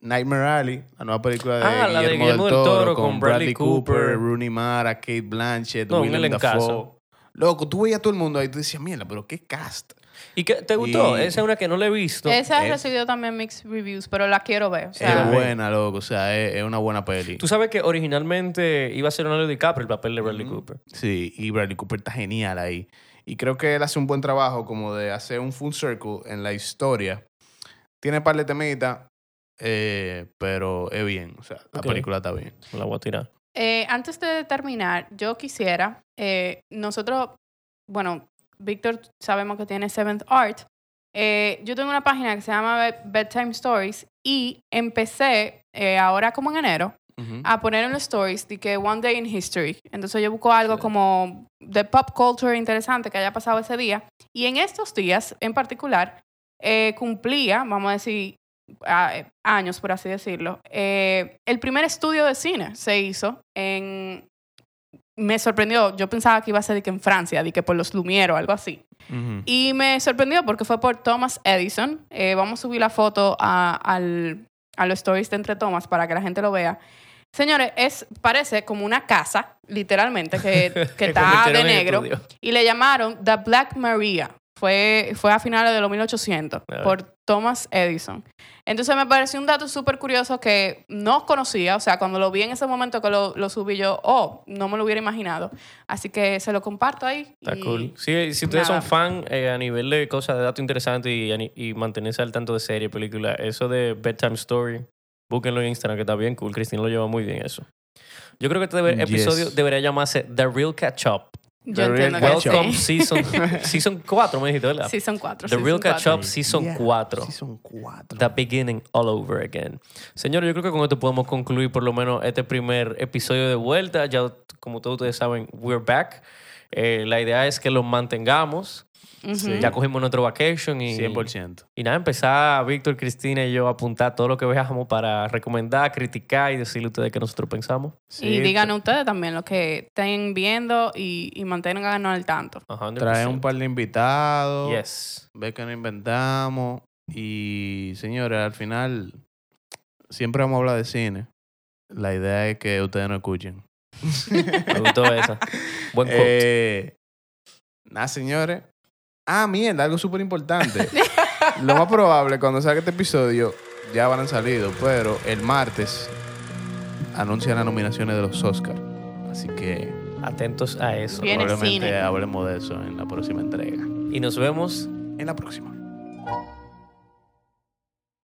Speaker 1: Nightmare Alley, la nueva película de,
Speaker 2: Ah, la de
Speaker 1: Guillermo,
Speaker 2: Guillermo
Speaker 1: del Toro, con, Bradley, Cooper,
Speaker 2: Cooper.
Speaker 1: Rooney Mara, Kate Blanchett,
Speaker 2: No, un
Speaker 1: Willem
Speaker 2: elencazo.
Speaker 1: Dafoe. Loco, tú veías a todo el mundo ahí y tú decías, mierda, pero qué cast.
Speaker 2: ¿Y qué, te gustó?
Speaker 1: Y-
Speaker 2: Esa es una que no la he visto.
Speaker 3: Esa ha
Speaker 1: es-
Speaker 3: recibido también mixed reviews, pero la quiero ver. O sea,
Speaker 1: es buena, loco, o sea, es, es una buena peli.
Speaker 2: Tú sabes que originalmente iba a ser Leonardo DiCaprio el papel de Bradley
Speaker 1: Ujú.
Speaker 2: Cooper.
Speaker 1: Sí, y Bradley Cooper está genial ahí. Y creo que él hace un buen trabajo como de hacer un full circle en la historia. Tiene par de temitas, eh, pero es bien. O sea, la
Speaker 2: Ok.
Speaker 1: película está bien.
Speaker 2: Me La voy a tirar.
Speaker 3: Eh, antes de terminar, yo quisiera, eh, nosotros, bueno, Víctor sabemos que tiene Seventh Art. Eh, yo tengo una página que se llama Be- Bedtime Stories y empecé eh, ahora como en enero a poner en los stories de que One Day in History. Entonces yo busco algo como de pop culture interesante que haya pasado ese día. Y en estos días en particular eh, cumplía, vamos a decir, a- eh, años por así decirlo, eh, el primer estudio de cine se hizo en... Me sorprendió, yo pensaba que iba a ser de que en Francia, de que por los Lumière o algo así.
Speaker 1: Ujú.
Speaker 3: Y me sorprendió porque fue por Thomas Edison. Eh, vamos a subir la foto a, al- a los stories de Entre Thomas para que la gente lo vea. Señores, es, parece como una casa, literalmente, que, que está
Speaker 2: convirtieron
Speaker 3: de
Speaker 2: en
Speaker 3: negro.
Speaker 2: estudio.
Speaker 3: Y le llamaron The Black Maria. Fue, fue a finales de los 1800
Speaker 2: Ah.
Speaker 3: por Thomas Edison. Entonces me pareció un dato súper curioso que no conocía. O sea, cuando lo vi en ese momento que lo, lo subí yo, oh, no me lo hubiera imaginado. Así que se lo comparto ahí.
Speaker 2: Está
Speaker 3: y-
Speaker 2: cool. Sí, si ustedes
Speaker 3: nada.
Speaker 2: son fan eh, a nivel de cosas de datos interesantes y, ani- y mantenerse al tanto de serie, película, eso de Bedtime Story, búsquenlo en Instagram, que está bien cool. Cristina lo lleva muy bien eso. Yo creo que este debe-
Speaker 1: Yes.
Speaker 2: episodio debería llamarse The Real Catch Up.
Speaker 3: Yo
Speaker 1: The real
Speaker 3: entiendo que
Speaker 2: Welcome
Speaker 3: sí.
Speaker 2: Season, season 4, me dijiste, ¿verdad?
Speaker 3: Season 4.
Speaker 2: The Real Catch Up Season
Speaker 1: Yeah,
Speaker 2: 4.
Speaker 1: Season 4.
Speaker 2: The Beginning All Over Again. Señores, yo creo que con esto podemos concluir por lo menos este primer episodio de vuelta. Ya, como todos ustedes saben, we're back. Eh, la idea es que los mantengamos.
Speaker 1: Sí.
Speaker 2: Ya cogimos nuestro vacation y...
Speaker 1: 100%.
Speaker 2: Y nada, empezar Víctor, Cristina y yo a apuntar todo lo que veamos para recomendar, criticar y decirle a ustedes qué nosotros pensamos.
Speaker 1: Sí,
Speaker 3: y díganos ustedes también lo que estén viendo y, y manténganos al tanto.
Speaker 2: Ajá, 100%.
Speaker 1: Trae un par de invitados.
Speaker 2: Yes.
Speaker 1: Ve que nos inventamos. Y señores, al final siempre vamos a hablar de cine. La idea es que ustedes nos escuchen.
Speaker 2: Me gustó esa. Buen quote.
Speaker 1: Eh, nada, señores. Ah, mierda, algo súper importante. Lo más probable, cuando salga este episodio, ya habrán salido, pero el martes anuncian las nominaciones de los Oscars. Así que
Speaker 2: Atentos a eso.
Speaker 3: Viene
Speaker 1: probablemente
Speaker 3: cine.
Speaker 1: hablemos de eso en la próxima entrega.
Speaker 2: Y nos vemos
Speaker 1: En la próxima.